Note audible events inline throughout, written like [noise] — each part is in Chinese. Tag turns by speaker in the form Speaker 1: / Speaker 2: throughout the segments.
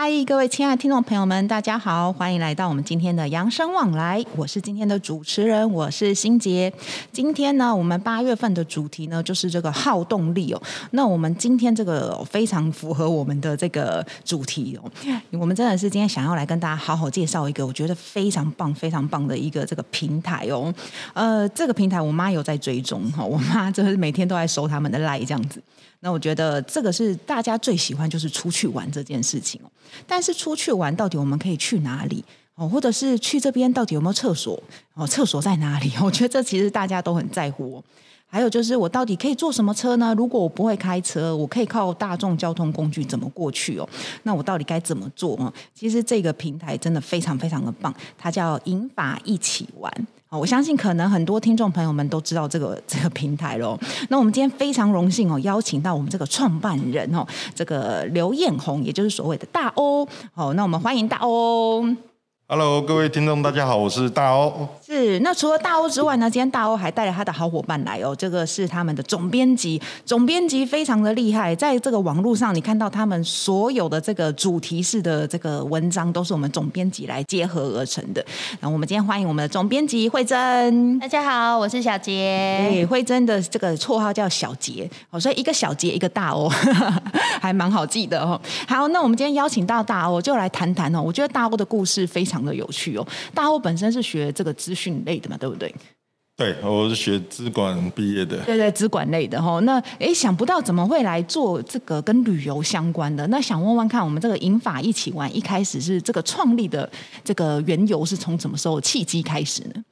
Speaker 1: 嗨，各位亲爱的听众朋友们，大家好，欢迎来到我们今天的扬声望来，我是今天的主持人，我是心杰。今天呢，我们八月份的主题呢，就是这个好动力哦。那我们今天这个哦非常符合我们的这个主题哦。我们真的是今天想要来跟大家好好介绍一个我觉得非常棒、非常棒的一个这个平台哦。呃，这个平台我妈有在追踪哈、哦，我妈就是每天都在收他们的赖这样子。那我觉得这个是大家最喜欢，就是出去玩这件事情哦。但是出去玩到底我们可以去哪里？哦，或者是去这边到底有没有厕所？哦，厕所在哪里？ [laughs] 我觉得这其实大家都很在乎、哦。还有就是我到底可以坐什么车呢？如果我不会开车，我可以靠大众交通工具怎么过去哦？那我到底该怎么做哦？其实这个平台真的非常非常的棒，它叫“银法一起玩”。好，我相信可能很多听众朋友们都知道这个这个平台喽。那我们今天非常荣幸哦，邀请到我们这个创办人哦，这个刘艳红，也就是所谓的大欧。好，那我们欢迎大欧。
Speaker 2: Hello，各位听众，大家好，我是大欧。
Speaker 1: 是，那除了大欧之外呢，今天大欧还带了他的好伙伴来哦，这个是他们的总编辑，总编辑非常的厉害，在这个网络上你看到他们所有的这个主题式的这个文章都是我们总编辑来结合而成的。然后我们今天欢迎我们的总编辑慧珍，
Speaker 3: 大家好，我是小
Speaker 1: 哎，
Speaker 3: 杰。
Speaker 1: 慧珍的这个绰号叫小杰，哦，所以一个小杰，一个大欧， [laughs] 还蛮好记的哦。好，那我们今天邀请到大欧，就来谈谈哦。我觉得大欧的故事非常的有趣哦。大欧本身是学这个资讯类的嘛，对不对？
Speaker 2: 对，我是学资管毕业的。
Speaker 1: 对对，资管类的哈、哦。那诶，想不到怎么会来做这个跟旅游相关的？那想问问看，我们这个银法一起玩，一开始是这个创立的这个缘由是从什么时候契机开始呢？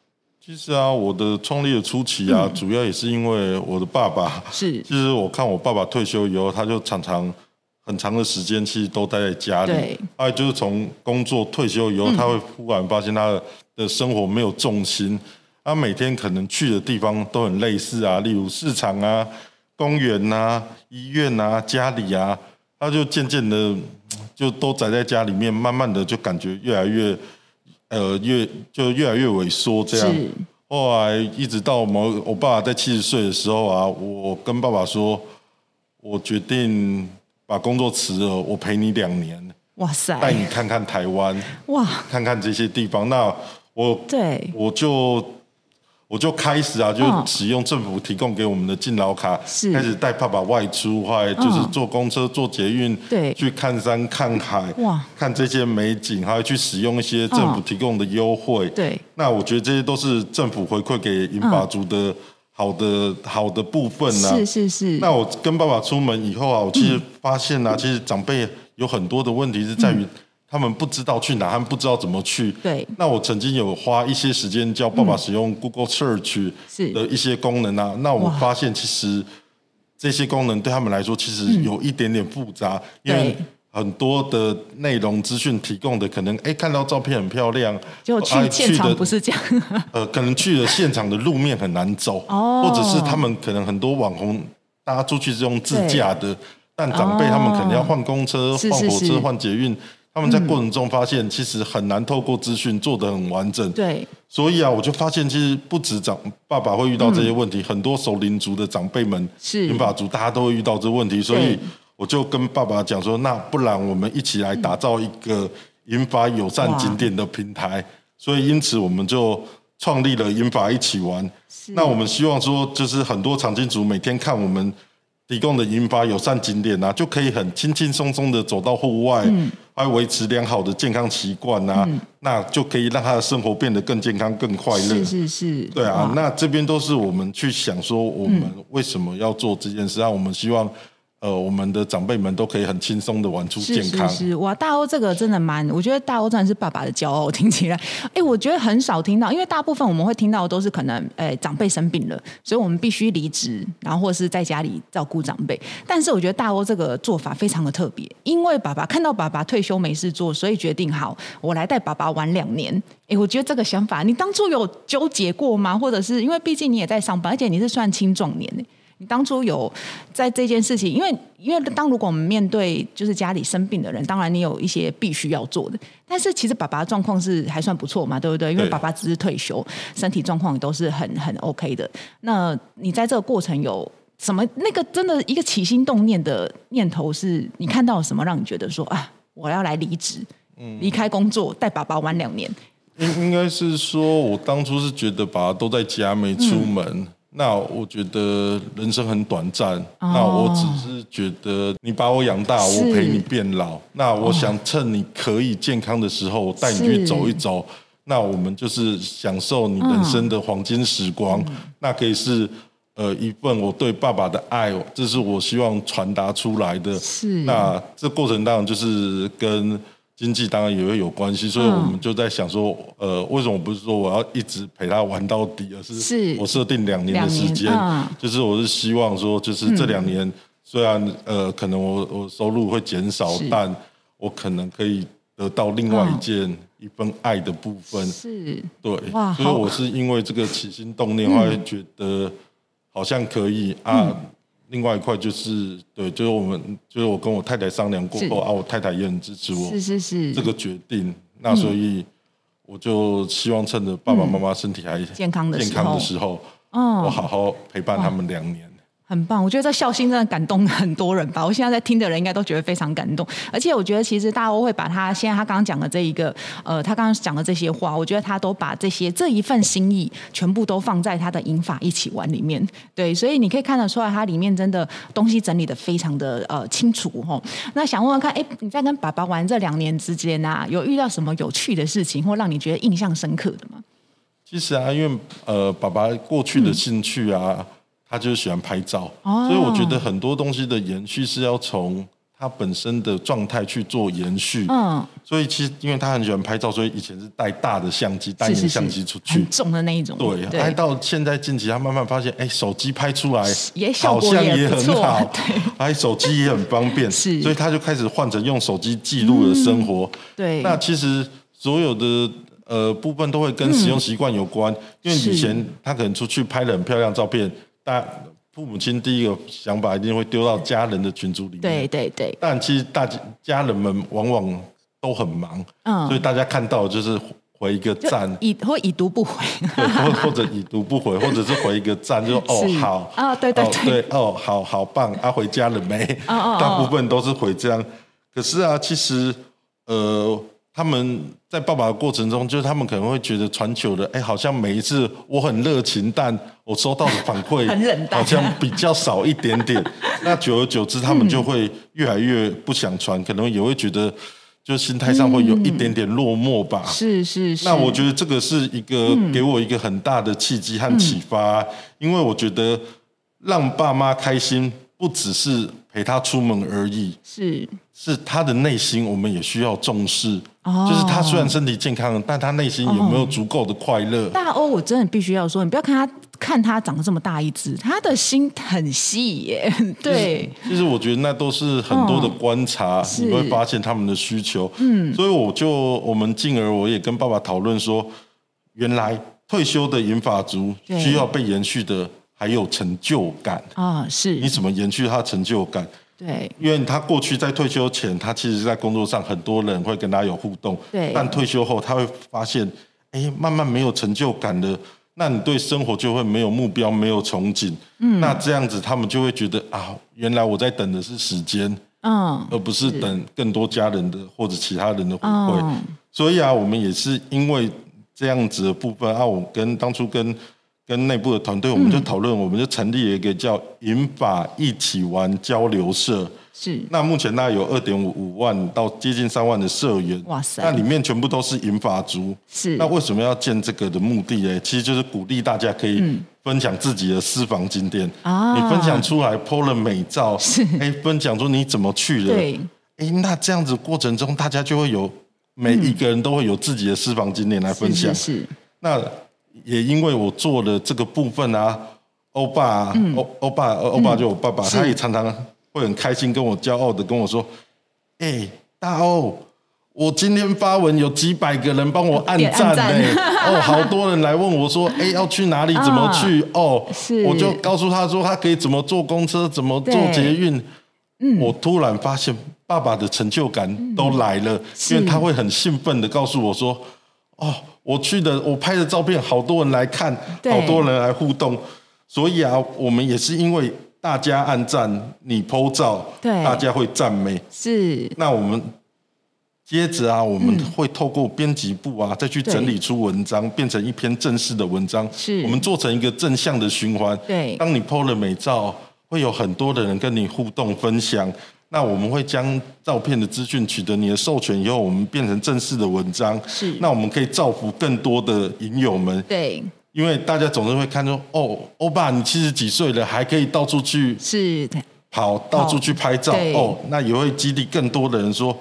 Speaker 2: 其实啊，我的创立的初期啊，主要也是因为我的爸爸。
Speaker 1: 是
Speaker 2: 其实我看我爸爸退休以后，他就常常很长的时间其实都待在家里。
Speaker 1: 对。嗯
Speaker 2: 哎，就是从工作退休以后，他会忽然发现他的的生活没有重心，他每天可能去的地方都很类似啊，例如市场啊、公园啊、医院啊、家里啊，他就渐渐的就都宅在家里面，慢慢的就感觉越来越呃越就越来越萎缩这样。
Speaker 1: 是，
Speaker 2: 后来一直到某我爸爸在七十岁的时候啊，我跟爸爸说，我决定把工作辞了，我陪你两年，
Speaker 1: 哇塞，
Speaker 2: 带你看看台湾， [laughs]
Speaker 1: 哇，
Speaker 2: 看看这些地方。那我
Speaker 1: 对，
Speaker 2: 我就我就开始啊，就
Speaker 1: 嗯
Speaker 2: 使用政府提供给我们的敬老卡，
Speaker 1: 是
Speaker 2: 开始带爸爸外出，后来就是
Speaker 1: 嗯
Speaker 2: 坐公车、坐捷运，
Speaker 1: 对
Speaker 2: 去看山、看海，
Speaker 1: 哇
Speaker 2: 看这些美景，还有去使用一些政府
Speaker 1: 嗯
Speaker 2: 提供的优惠，
Speaker 1: 对，
Speaker 2: 那我觉得这些都是政府回馈给银发族的好的、好的部分呢、
Speaker 1: 嗯是嗯是是，
Speaker 2: 那我跟爸爸出门以后啊，我其实发现啊，其实长辈有很多的问题是在于他们不知道去哪，他们不知道怎么去。
Speaker 1: 嗯对嗯
Speaker 2: 那我曾经有花一些时间教爸爸使用 Google Search
Speaker 1: 是
Speaker 2: 的一些功能啊，那我
Speaker 1: 哇
Speaker 2: 发现其实这些功能对他们来说其实有一点点复杂，因为
Speaker 1: 嗯对。
Speaker 2: 很多的内容资讯提供的可能，哎，看到照片很漂亮，
Speaker 1: 就
Speaker 2: 哎
Speaker 1: 去现场
Speaker 2: 的
Speaker 1: 不是这样， [laughs]
Speaker 2: 呃，可能去了现场的路面很难走，
Speaker 1: 哦
Speaker 2: 或者是他们可能很多网红大家出去是用自驾的，但长辈
Speaker 1: 哦
Speaker 2: 他们可能要换公车、
Speaker 1: 是
Speaker 2: 换
Speaker 1: 哦是
Speaker 2: 火
Speaker 1: 是嗯
Speaker 2: 车、换捷运，他们在过程中发现其实很难透过资讯做得很完整。
Speaker 1: 对，
Speaker 2: 所以啊，我就发现其实不止长爸爸会遇到这
Speaker 1: 嗯
Speaker 2: 些问题，很多熟龄族的长辈们、
Speaker 1: 是
Speaker 2: 银发族，大家都会遇到这问题，所以我就跟爸爸讲说，那不然我们一起来打造一个银发友善
Speaker 1: 哇
Speaker 2: 景点的平台。所以因此我们就创立了银发一起玩。那我们希望说，就是很多长青族每天看我们提供的银发友善景点啊，就可以很轻轻松松的走到户外，
Speaker 1: 嗯
Speaker 2: 还维持良好的健康习惯啊，那就可以让他的生活变得更健康、更快乐。
Speaker 1: 是是是，
Speaker 2: 对啊
Speaker 1: 哇，嗯
Speaker 2: 那这边都是我们去想说，我们为什么要做这件事？啊让、我们希望，呃，我们的长辈们都可以很轻松的玩出健康。
Speaker 1: 是是是，哇，大欧这个真的蛮，我觉得大欧真的是爸爸的骄傲。 [laughs] 听起来，哎，我觉得很少听到，因为大部分我们会听到的都是可能，哎，长辈生病了，所以我们必须离职，然后或是在家里照顾长辈。但是我觉得大欧这个做法非常的特别，因为爸爸看到爸爸退休没事做，所以决定好，我来带爸爸玩两年。哎，我觉得这个想法，你当初有纠结过吗？或者是因为毕竟你也在上班，而且你是算青壮年呢。欸你当初有在这件事情，因为因为当如果我们面对就是家里生病的人，当然你有一些必须要做的，但是其实爸爸状况是还算不错嘛，对不对？因为
Speaker 2: 对
Speaker 1: 爸爸只是退休，身体状况也都是很很 OK 的。那你在这个过程有什么那个真的一个起心动念的念头是你看到了什么让你觉得说啊，我要来离职，
Speaker 2: 嗯
Speaker 1: 离开工作带爸爸玩两年？
Speaker 2: 应应该是说，我当初是觉得把它都在家没出
Speaker 1: 嗯
Speaker 2: 门，那我觉得人生很短
Speaker 1: 哦
Speaker 2: 暂，那我只是觉得你把我养大，
Speaker 1: 是哦
Speaker 2: 我陪你变老，那我想趁你可以健康的时候，我带你去
Speaker 1: 是
Speaker 2: 走一走。那我们就是享受你人生的黄金时光，
Speaker 1: 嗯
Speaker 2: 那可以是呃一份我对爸爸的爱，这是我希望传达出来的。
Speaker 1: 是
Speaker 2: 那这过程当然就是跟经济当然也会有关系，
Speaker 1: 嗯
Speaker 2: 所以我们就在想说，呃，为什么不是说我要一直陪他玩到底，而
Speaker 1: 是
Speaker 2: 是我设定两年的时间
Speaker 1: 两年嗯，
Speaker 2: 就是我是希望说，就是这两年虽然呃可能我我收入会减少
Speaker 1: 是，
Speaker 2: 但我可能可以得到另外一
Speaker 1: 嗯
Speaker 2: 件一份爱的部分，
Speaker 1: 是
Speaker 2: 对
Speaker 1: 哇，
Speaker 2: 所以
Speaker 1: 好嗯
Speaker 2: 我是因为这个起心动念，后来觉得好像可以啊。另外一块就是，对，就是我们，就是我跟我太太商量过
Speaker 1: 是
Speaker 2: 后啊，我太太也很支持我
Speaker 1: 是嗯是是，
Speaker 2: 这个决定。那所以我就希望趁着爸爸妈妈身体还
Speaker 1: 嗯健康的时候
Speaker 2: 健康的时候，
Speaker 1: 嗯
Speaker 2: 我好好陪伴他们两年。
Speaker 1: 很棒，我觉得这孝心真的感动很多人吧。我 [laughs] 现在在听的人应该都觉得非常感动，而且我觉得其实大欧会把他现在他刚刚讲的这一个，呃，他刚刚讲的这些话，我觉得他都把这些这一份心意全部都放在他的《银法一起玩》里面。对，所以你可以看得出来，它里面真的东西整理的非常的呃清楚哦。那想问问看，哎，你在跟爸爸玩这两年之间啊，有遇到什么有趣的事情，或让你觉得印象深刻的吗？
Speaker 2: 其实啊，因为呃，爸爸过去的兴趣啊，他就是喜欢拍照，
Speaker 1: 嗯哦
Speaker 2: 所以我觉得很多东西的延续是要从他本身的状态去做延续。
Speaker 1: 嗯，
Speaker 2: 所以其实因为他很喜欢拍照，所以以前是带大的相机、单
Speaker 1: 是
Speaker 2: 眼
Speaker 1: 是
Speaker 2: 相
Speaker 1: 是
Speaker 2: 机出，去。
Speaker 1: 很重的那一种。
Speaker 2: 对，哎，到现在近期，他慢慢发现，哎，手机拍出来
Speaker 1: 也效
Speaker 2: 好
Speaker 1: 果
Speaker 2: 像
Speaker 1: 也
Speaker 2: 也
Speaker 1: 不
Speaker 2: 很
Speaker 1: 错
Speaker 2: 好
Speaker 1: [laughs] 对，
Speaker 2: 哎，手机也很方便，
Speaker 1: 是嗯
Speaker 2: 所以他就开始换成用手机记录了生活。
Speaker 1: 对
Speaker 2: 那其实所有的呃部分都会跟使用习惯有关，
Speaker 1: 嗯
Speaker 2: 因为
Speaker 1: 是
Speaker 2: 以前他可能出去拍了很漂亮照片，大父母亲第一个想法一定会丢到家人的群组里面，
Speaker 1: 对对对，
Speaker 2: 但其实大家家人们往往都很忙，
Speaker 1: 嗯
Speaker 2: 所以大家看到就是回一个
Speaker 1: 就
Speaker 2: 赞，
Speaker 1: 已或已读不
Speaker 2: [laughs]
Speaker 1: 回。
Speaker 2: 对，或或者已读不回，或者是回一个赞，就哦
Speaker 1: 是
Speaker 2: 好
Speaker 1: 啊对对
Speaker 2: 哦
Speaker 1: 对
Speaker 2: 对哦好好棒啊，回家了没？
Speaker 1: 哦哦
Speaker 2: 大部分都是回这样。可是啊，其实呃，他们在爸爸的过程中，就是他们可能会觉得传球的，哎，好像每一次我很热情，但我收到的反
Speaker 1: [laughs]
Speaker 2: 馈
Speaker 1: 很冷淡
Speaker 2: 好像比较少一点
Speaker 1: [laughs]
Speaker 2: 点。那久而久之，他
Speaker 1: 嗯
Speaker 2: 们就会越来越不想传，可能也会觉得。就心态上会
Speaker 1: 嗯
Speaker 2: 有一点点落寞吧，
Speaker 1: 是是是，嗯
Speaker 2: 那我觉得这个是一个给我一个很大的契机和启发，因为我觉得让爸妈开心不只是陪他出门而已，
Speaker 1: 是
Speaker 2: 是他的内心我们也需要重视。
Speaker 1: 哦
Speaker 2: 就是他虽然身体健康，但他内心有没有足够的快乐？
Speaker 1: 大欧，我真的必须要说，你不要看他看他长得这么大一只，他的心很细耶。 [laughs] 对，
Speaker 2: 其实我觉得那都是很多的观察，
Speaker 1: 哦是
Speaker 2: 你会发现他们的需求。嗯，所以我就我们进而我也跟爸爸讨论说，原来退休的银发族
Speaker 1: 对
Speaker 2: 需要被延续的还有成就感。
Speaker 1: 啊、
Speaker 2: 你
Speaker 1: 是，
Speaker 2: 怎么延续他的成就感？
Speaker 1: 对，
Speaker 2: 因为他过去在退休前，他其实在工作上很多人会跟他有互动，
Speaker 1: 对
Speaker 2: 但退休后，他会发现，哎，慢慢没有成就感了。那你对生活就会没有目标，没有憧憬。嗯，那这样子他们就会觉得啊，原来我在等的是时间，
Speaker 1: 嗯，
Speaker 2: 而不是等更多家人的或者其他人的回馈。
Speaker 1: 嗯
Speaker 2: 所以啊，我们也是因为这样子的部分啊，我跟当初跟跟内部的团队，我们就讨论，我们就成立了一个叫“银法一起玩交流社”。
Speaker 1: 是
Speaker 2: 那目前大概有二点五五万到接近三万的社员，
Speaker 1: 哇塞
Speaker 2: 那里面全部都是银发族。
Speaker 1: 是
Speaker 2: 那为什么要建这个的目的呢？其实就是鼓励大家可以分享自己的私房景点
Speaker 1: 嗯啊
Speaker 2: 你分享出来，PO 了美照，
Speaker 1: 是
Speaker 2: 哎，分享出你怎么去了，
Speaker 1: 对，
Speaker 2: 哎，那这样子过程中，大家就会有每一个人都会有自己的私房景点来分享。
Speaker 1: 嗯是是是
Speaker 2: 那也因为我做了这个部分啊，欧巴啊、欧欧巴，欧巴就我爸爸，
Speaker 1: 嗯是
Speaker 2: 他也常常会很开心跟我骄傲的跟我说：“哎、大欧，我今天发文有几百个人帮我按赞
Speaker 1: 点
Speaker 2: 呢、
Speaker 1: 按
Speaker 2: 哦，好多人来问我说，
Speaker 1: [laughs]
Speaker 2: 哎、要去哪里，怎么去？哦，
Speaker 1: 啊是
Speaker 2: 我就告诉他说，他可以怎么坐公车，怎么坐
Speaker 1: 对嗯
Speaker 2: 捷运。我突然发现爸爸的成就感都来了，因为他会很兴奋的告诉我说，哦，我去的，我拍的照片，好多人来看，
Speaker 1: 对
Speaker 2: 好多人来互动，所以啊，我们也是因为大家按赞，你 PO 照，
Speaker 1: 对
Speaker 2: 大家会赞美，
Speaker 1: 是
Speaker 2: 那我们接着
Speaker 1: 嗯
Speaker 2: 啊，我们会透过编辑部啊，再去整理出文章，变成一篇正式的文章。
Speaker 1: 是
Speaker 2: 我们做成一个正向的循环。
Speaker 1: 对
Speaker 2: 当你 PO 了美照，会有很多的人跟你互动分享。那我们会将照片的资讯取得你的授权以后，我们变成正式的文章。
Speaker 1: 是
Speaker 2: 那我们可以造福更多的影友们，
Speaker 1: 对，
Speaker 2: 因为大家总是会看说，哦，欧巴，你七十几岁了，还可以到处去
Speaker 1: 是
Speaker 2: 跑到处去拍照
Speaker 1: 对
Speaker 2: 哦，那也会激励更多的人说，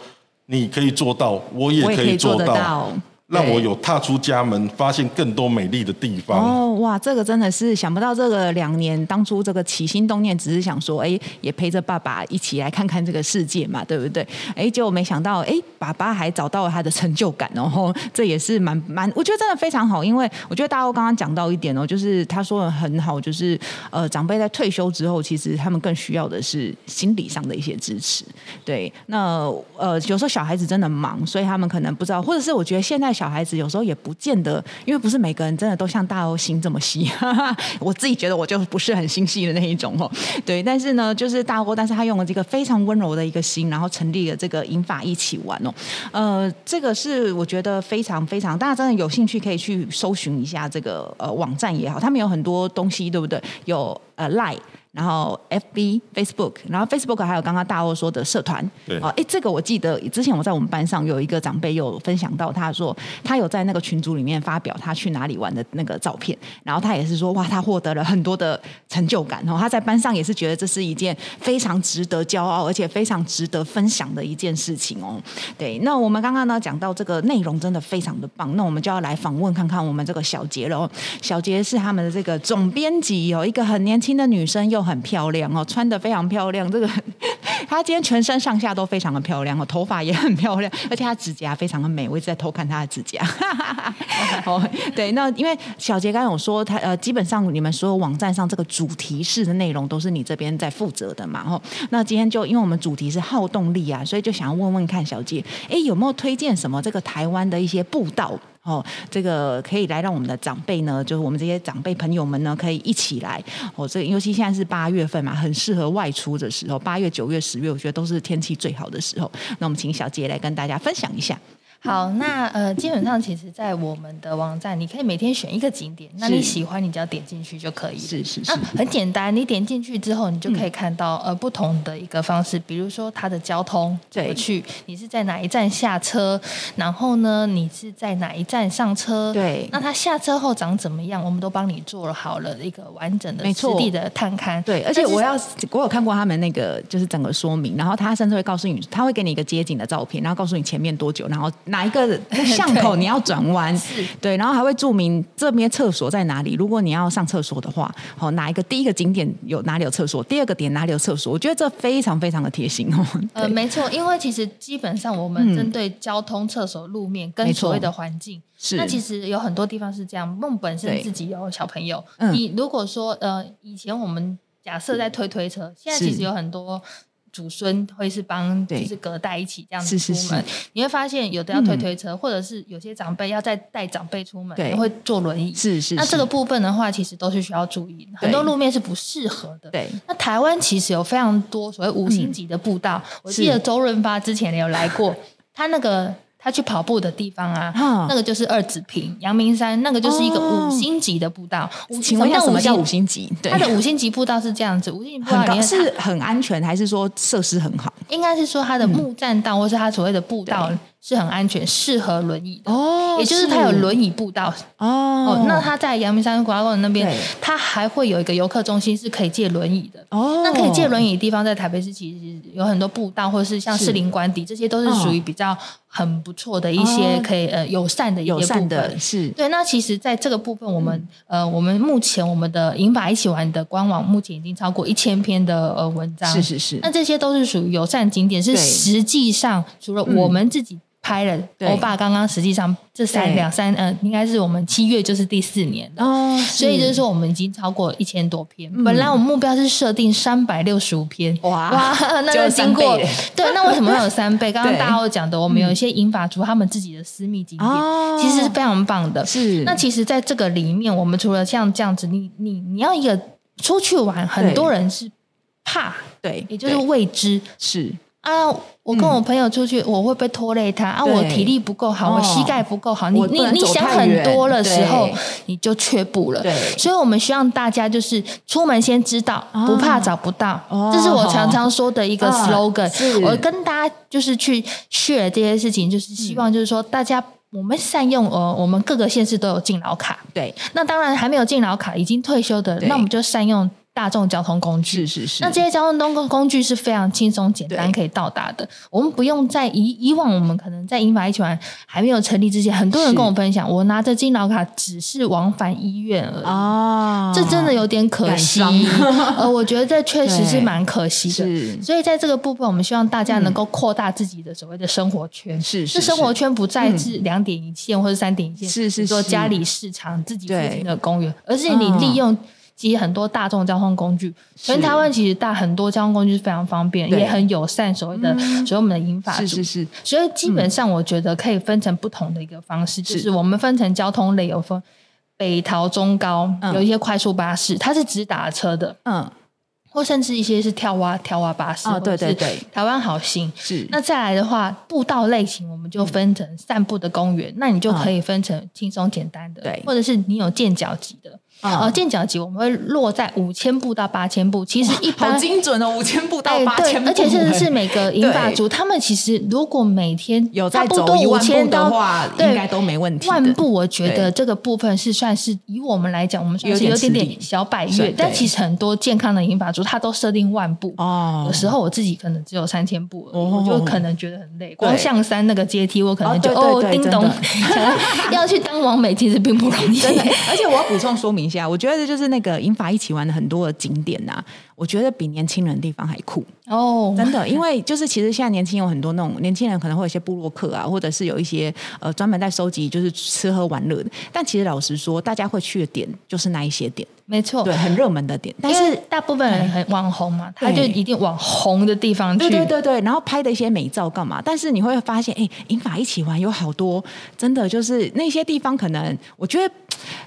Speaker 2: 你可以做到，我也
Speaker 1: 我也
Speaker 2: 可
Speaker 1: 可以
Speaker 2: 以做
Speaker 1: 做得
Speaker 2: 到，
Speaker 1: 到。
Speaker 2: 让我
Speaker 1: 对
Speaker 2: 有踏出家门，发现更多美丽的地方。
Speaker 1: 哦，哇，这个真的是想不到，这个两年当初这个起心动念，只是想说，哎，也陪着爸爸一起来看看这个世界嘛，对不对？哎，结果没想到，哎，爸爸还找到了他的成就感哦，然后这也是蛮蛮，我觉得真的非常好，因为我觉得大家刚刚讲到一点哦，就是他说的很好，就是呃，长辈在退休之后，其实他们更需要的是心理上的一些支持。对，那呃，有时候小孩子真的忙，所以他们可能不知道，或者是我觉得现在小孩子有时候也不见得，因为不是每个人真的都像大欧星这么细， [laughs] 我自己觉得我就不是很心细的那一种哦。对，但是呢，就是大欧，但是他用了这个非常温柔的一个心，然后成立了这个银发一起玩哦。呃，这个是我觉得非常非常，大家真的有兴趣可以去搜寻一下这个呃网站也好，他们有很多东西，对不对？有呃 Line。然后 FB、Facebook，然后 Facebook 还有刚刚大欧说的社团，
Speaker 2: 对
Speaker 1: 哦，哎，这个我记得之前我在我们班上有一个长辈有分享到，他说他有在那个群组里面发表他去哪里玩的那个照片，然后他也是说哇，他获得了很多的成就感，然哦后他在班上也是觉得这是一件非常值得骄傲，而且非常值得分享的一件事情哦。对，那我们刚刚呢讲到这个内容真的非常的棒，那我们就要来访问看看我们这个小杰了哦。小杰是他们的这个总编辑哦，一个很年轻的女生又很漂亮哦，穿的非常漂亮，这个 [laughs] 她今天全身上下都非常的漂亮哦，头发也很漂亮，而且她指甲非常的美，我一直在偷看她的指甲。 [laughs] 哦，对，那因为小杰刚刚有说，他呃，基本上你们所有网站上这个主题式的内容都是你这边在负责的嘛，哦，那今天就因为我们主题是好动力啊，所以就想要问问看小杰，哎，有没有推荐什么这个台湾的一些步道？哦，这个可以来让我们的长辈呢，就是我们这些长辈朋友们呢，可以一起来哦。这个尤其现在是八月份嘛，很适合外出的时候，八月、九月、十月，我觉得都是天气最好的时候。那我们请小杰来跟大家分享一下。
Speaker 3: 好，那呃，基本上其实，在我们的网站，你可以每天选一个景点，那你喜欢你只要点进去就可以了。
Speaker 1: 是是是
Speaker 3: 那啊很简单，你点进去之后，你就可以看到、呃不同的一个方式，比如说它的交通怎么
Speaker 1: 对
Speaker 3: 去，你是在哪一站下车，然后呢，你是在哪一站上车，
Speaker 1: 对
Speaker 3: 那它下车后长怎么样，我们都帮你做好了一个完整的
Speaker 1: 没
Speaker 3: 实
Speaker 1: 错
Speaker 3: 地的探勘。
Speaker 1: 对，而且
Speaker 3: 但是
Speaker 1: 我要我有看过他们那个就是整个说明，然后他甚至会告诉你，他会给你一个街景的照片，然后告诉你前面多久，然后哪一
Speaker 3: [laughs]
Speaker 1: 个巷口你要转弯，对，然后还会注明这边厕所在哪里。如果你要上厕所的话，好哪一个第一个景点有哪里有厕所，第二个点哪里有厕所，我觉得这非常非常的贴心哦。
Speaker 3: 呃，
Speaker 1: 对
Speaker 3: 没错，因为其实基本上我们针对交通、厕所、路面跟
Speaker 1: 没错
Speaker 3: 所谓的环境，
Speaker 1: 是
Speaker 3: 那其实有很多地方是这样。梦本身
Speaker 1: 对
Speaker 3: 自己有小朋友，
Speaker 1: 嗯
Speaker 3: 你如果说呃，以前我们假设在推推车，现在
Speaker 1: 是
Speaker 3: 其实有很多。祖孙会是帮，就
Speaker 1: 对
Speaker 3: 是隔代一起这样
Speaker 1: 是
Speaker 3: 子出
Speaker 1: 是
Speaker 3: 门，
Speaker 1: 是嗯
Speaker 3: 你会发现有的要推推车，或者是有些长辈要再带长辈出门
Speaker 1: 对，
Speaker 3: 会坐轮椅。
Speaker 1: 是是，
Speaker 3: 那
Speaker 1: 是
Speaker 3: 这个部分的话，其实都是需要注意，很多路面是不适合的。
Speaker 1: 对嗯
Speaker 3: 那台湾其实有非常多所谓五星级的步道，我记得周润发之前也有来过，
Speaker 1: [laughs]
Speaker 3: 他那个他去跑步的地方啊，
Speaker 1: 嗯
Speaker 3: 那个就是二子坪、阳明山，那个就是一个
Speaker 1: 哦
Speaker 3: 五星级的步道。五
Speaker 1: 请问一下什么叫五？
Speaker 3: 星
Speaker 1: 星级？对
Speaker 3: 它。的五星级步道是这样子，五星级步道
Speaker 1: 很
Speaker 3: 里
Speaker 1: 高
Speaker 3: 面
Speaker 1: 是很安全，还是说设施很好？
Speaker 3: 应该是说它的木栈道，或是它所谓的步道是很安全，适合轮椅的。
Speaker 1: 嗯哦
Speaker 3: 也就是它有轮椅步道
Speaker 1: 哦
Speaker 3: 哦，那它在阳明山国家公园那边
Speaker 1: 对，
Speaker 3: 它还会有一个游客中心是可以借轮椅的。
Speaker 1: 哦，
Speaker 3: 那可以借轮椅的地方，在台北市其实有很多步道，或者是像
Speaker 1: 是
Speaker 3: 士林官邸，这些都是属于比较很不错的一些
Speaker 1: 哦
Speaker 3: 可以呃友善的一些
Speaker 1: 友善
Speaker 3: 部
Speaker 1: 的
Speaker 3: 分
Speaker 1: 是
Speaker 3: 对，那其实在这个部分，我们、
Speaker 1: 嗯
Speaker 3: 呃，我们目前我们的银法一起玩的官网目前已经超过一千篇的呃文章，
Speaker 1: 是是是
Speaker 3: 那，这些都是属于友善景点，是
Speaker 1: 对嗯
Speaker 3: 实际上除了我们自己。拍了。
Speaker 1: 对
Speaker 3: 欧巴刚刚实际上这三
Speaker 1: 对
Speaker 3: 两三呃，应该是我们七月就是第四年了。
Speaker 1: 哦，嗯
Speaker 3: 所以就是说，我们已经超过一千多篇。本来我们目标是设定三百六十五篇，
Speaker 1: 哇
Speaker 3: [laughs]
Speaker 1: 就
Speaker 3: 那就是经
Speaker 1: 三
Speaker 3: 过
Speaker 1: 倍耶
Speaker 3: 对，那为什么会有三
Speaker 1: [laughs]
Speaker 3: 倍？刚刚
Speaker 1: 对嗯
Speaker 3: 大家讲的，我们有一些银发族他们自己的私密景点，
Speaker 1: 哦
Speaker 3: 其实是非常棒的。
Speaker 1: 是
Speaker 3: 那其实在这个里面，我们除了像这样子，你你你要一个出去玩，很多人是怕，
Speaker 1: 对，
Speaker 3: 也就是
Speaker 1: 对
Speaker 3: 未知
Speaker 1: 是
Speaker 3: 啊。我跟我朋友出去，我会被拖累他啊，
Speaker 1: 对
Speaker 3: 我体力不够好，
Speaker 1: 哦
Speaker 3: 我膝盖不够好。你
Speaker 1: 我不
Speaker 3: 你
Speaker 1: 能
Speaker 3: 你
Speaker 1: 走
Speaker 3: 想
Speaker 1: 太
Speaker 3: 很
Speaker 1: 远
Speaker 3: 多的时候
Speaker 1: 对，
Speaker 3: 你就却步了。
Speaker 1: 对
Speaker 3: 所以我们希望大家就是出门先知道，不怕找不到，
Speaker 1: 啊哦
Speaker 3: 这是我常常说的一个
Speaker 1: 啊
Speaker 3: slogan、
Speaker 1: 是
Speaker 3: 我跟大家就是去 share 这些事情，就是希望就是说大家。我们善用呃，我们各个县市都有敬老卡，
Speaker 1: 对，
Speaker 3: 那当然还没有敬老卡，已经退休的，
Speaker 1: 对
Speaker 3: 那我们就善用大众交通工具
Speaker 1: 是。是是，
Speaker 3: 那这些交通工工具是非常轻松简单
Speaker 1: 对
Speaker 3: 可以到达的，我们不用在以以往我们可能在英法一起玩还没有成立之前，很多人
Speaker 1: 是
Speaker 3: 跟我分享，我拿着敬老卡只是往返医院而已。
Speaker 1: 哦，
Speaker 3: 这真的有点可惜，
Speaker 1: 感
Speaker 3: 呃，我觉得这确实是蛮可惜
Speaker 1: 是嗯
Speaker 3: 的。所以在这个部分，我们希望大家能够扩大自己的所谓的生活圈。
Speaker 1: 是是
Speaker 3: 这生活
Speaker 1: 是
Speaker 3: 圈不再是两点一线或者三点一线，
Speaker 1: 是是
Speaker 3: 比如说
Speaker 1: 是
Speaker 3: 家里市场自己附
Speaker 1: 对嗯
Speaker 3: 近的公园，而是你利用其实很多大众交通工具，全台湾其实大很多交通工具是非常方便，
Speaker 1: 对嗯
Speaker 3: 也很友善所谓的所谓我们的银法
Speaker 1: 是
Speaker 3: 族
Speaker 1: 是。是
Speaker 3: 所以基本上，我觉得可以分成不同的一个方式，就是是我们分成交通类，有分北桃、中高，
Speaker 1: 嗯
Speaker 3: 有一些快速巴士，它是直达车的，
Speaker 1: 嗯
Speaker 3: 或甚至一些是跳蛙跳蛙巴士，
Speaker 1: 哦
Speaker 3: 或者
Speaker 1: 对对对
Speaker 3: 是台湾好行。
Speaker 1: 是嗯
Speaker 3: 那再来的话，步道类型我们就分成散步的公园，那你就可以分成轻松简单的，
Speaker 1: 嗯对
Speaker 3: 或者是你有健脚级的。
Speaker 1: 嗯
Speaker 3: 呃，健脚级我们会落在五千步到八千步，其实一般
Speaker 1: 好精准哦，五千步到
Speaker 3: 哎，
Speaker 1: 八
Speaker 3: 对，
Speaker 1: 千步，欸
Speaker 3: 而且甚至是每个银发族，他们其实如果每天
Speaker 1: 有
Speaker 3: 差
Speaker 1: 在
Speaker 3: 不
Speaker 1: 走
Speaker 3: 多
Speaker 1: 一
Speaker 3: 五
Speaker 1: 万
Speaker 3: 千
Speaker 1: 步
Speaker 3: 到
Speaker 1: 的话，
Speaker 3: 对
Speaker 1: 应该都没问题的。
Speaker 3: 万步，我觉
Speaker 1: 对
Speaker 3: 得这个部分是算是以我们来讲，我们算是
Speaker 1: 有
Speaker 3: 有
Speaker 1: 点吃
Speaker 3: 点
Speaker 1: 力
Speaker 3: 点小百
Speaker 1: 算
Speaker 3: 越，但
Speaker 1: 对
Speaker 3: 其实很多健康的银发族他都设定万步。
Speaker 1: 哦
Speaker 3: 有时候我自己可能只有三千步而已，
Speaker 1: 哦
Speaker 3: 我就可能觉得很累。光象山那个阶梯，我可能就
Speaker 1: 哦
Speaker 3: 哦
Speaker 1: 对对对
Speaker 3: 叮咚
Speaker 1: 真，
Speaker 3: 想要 [laughs] 要去当王美其实并不容易。
Speaker 1: 真的。哎而且我要补充说明一下，我觉得就是那个英法一起玩的很多的景点呐、我觉得比年轻人的地方还酷，[laughs]
Speaker 3: 哦，
Speaker 1: 真的。因为就是其实现在年轻有很多那种年轻人可能会有一些部落客啊，或者是有一些呃专门在收集就是吃喝玩乐的。但其实老实说，大家会去的点就是那一些点，
Speaker 3: 没错，
Speaker 1: 对，很热门的点。但
Speaker 3: 因
Speaker 1: 是
Speaker 3: 为大部分人很网红嘛，他就
Speaker 1: 对
Speaker 3: 一定往红的地方去。
Speaker 1: 对对对对，然后拍的一些美照干嘛？但是你会发现，哎，银法一起玩有好多，真的就是那些地方，可能我觉得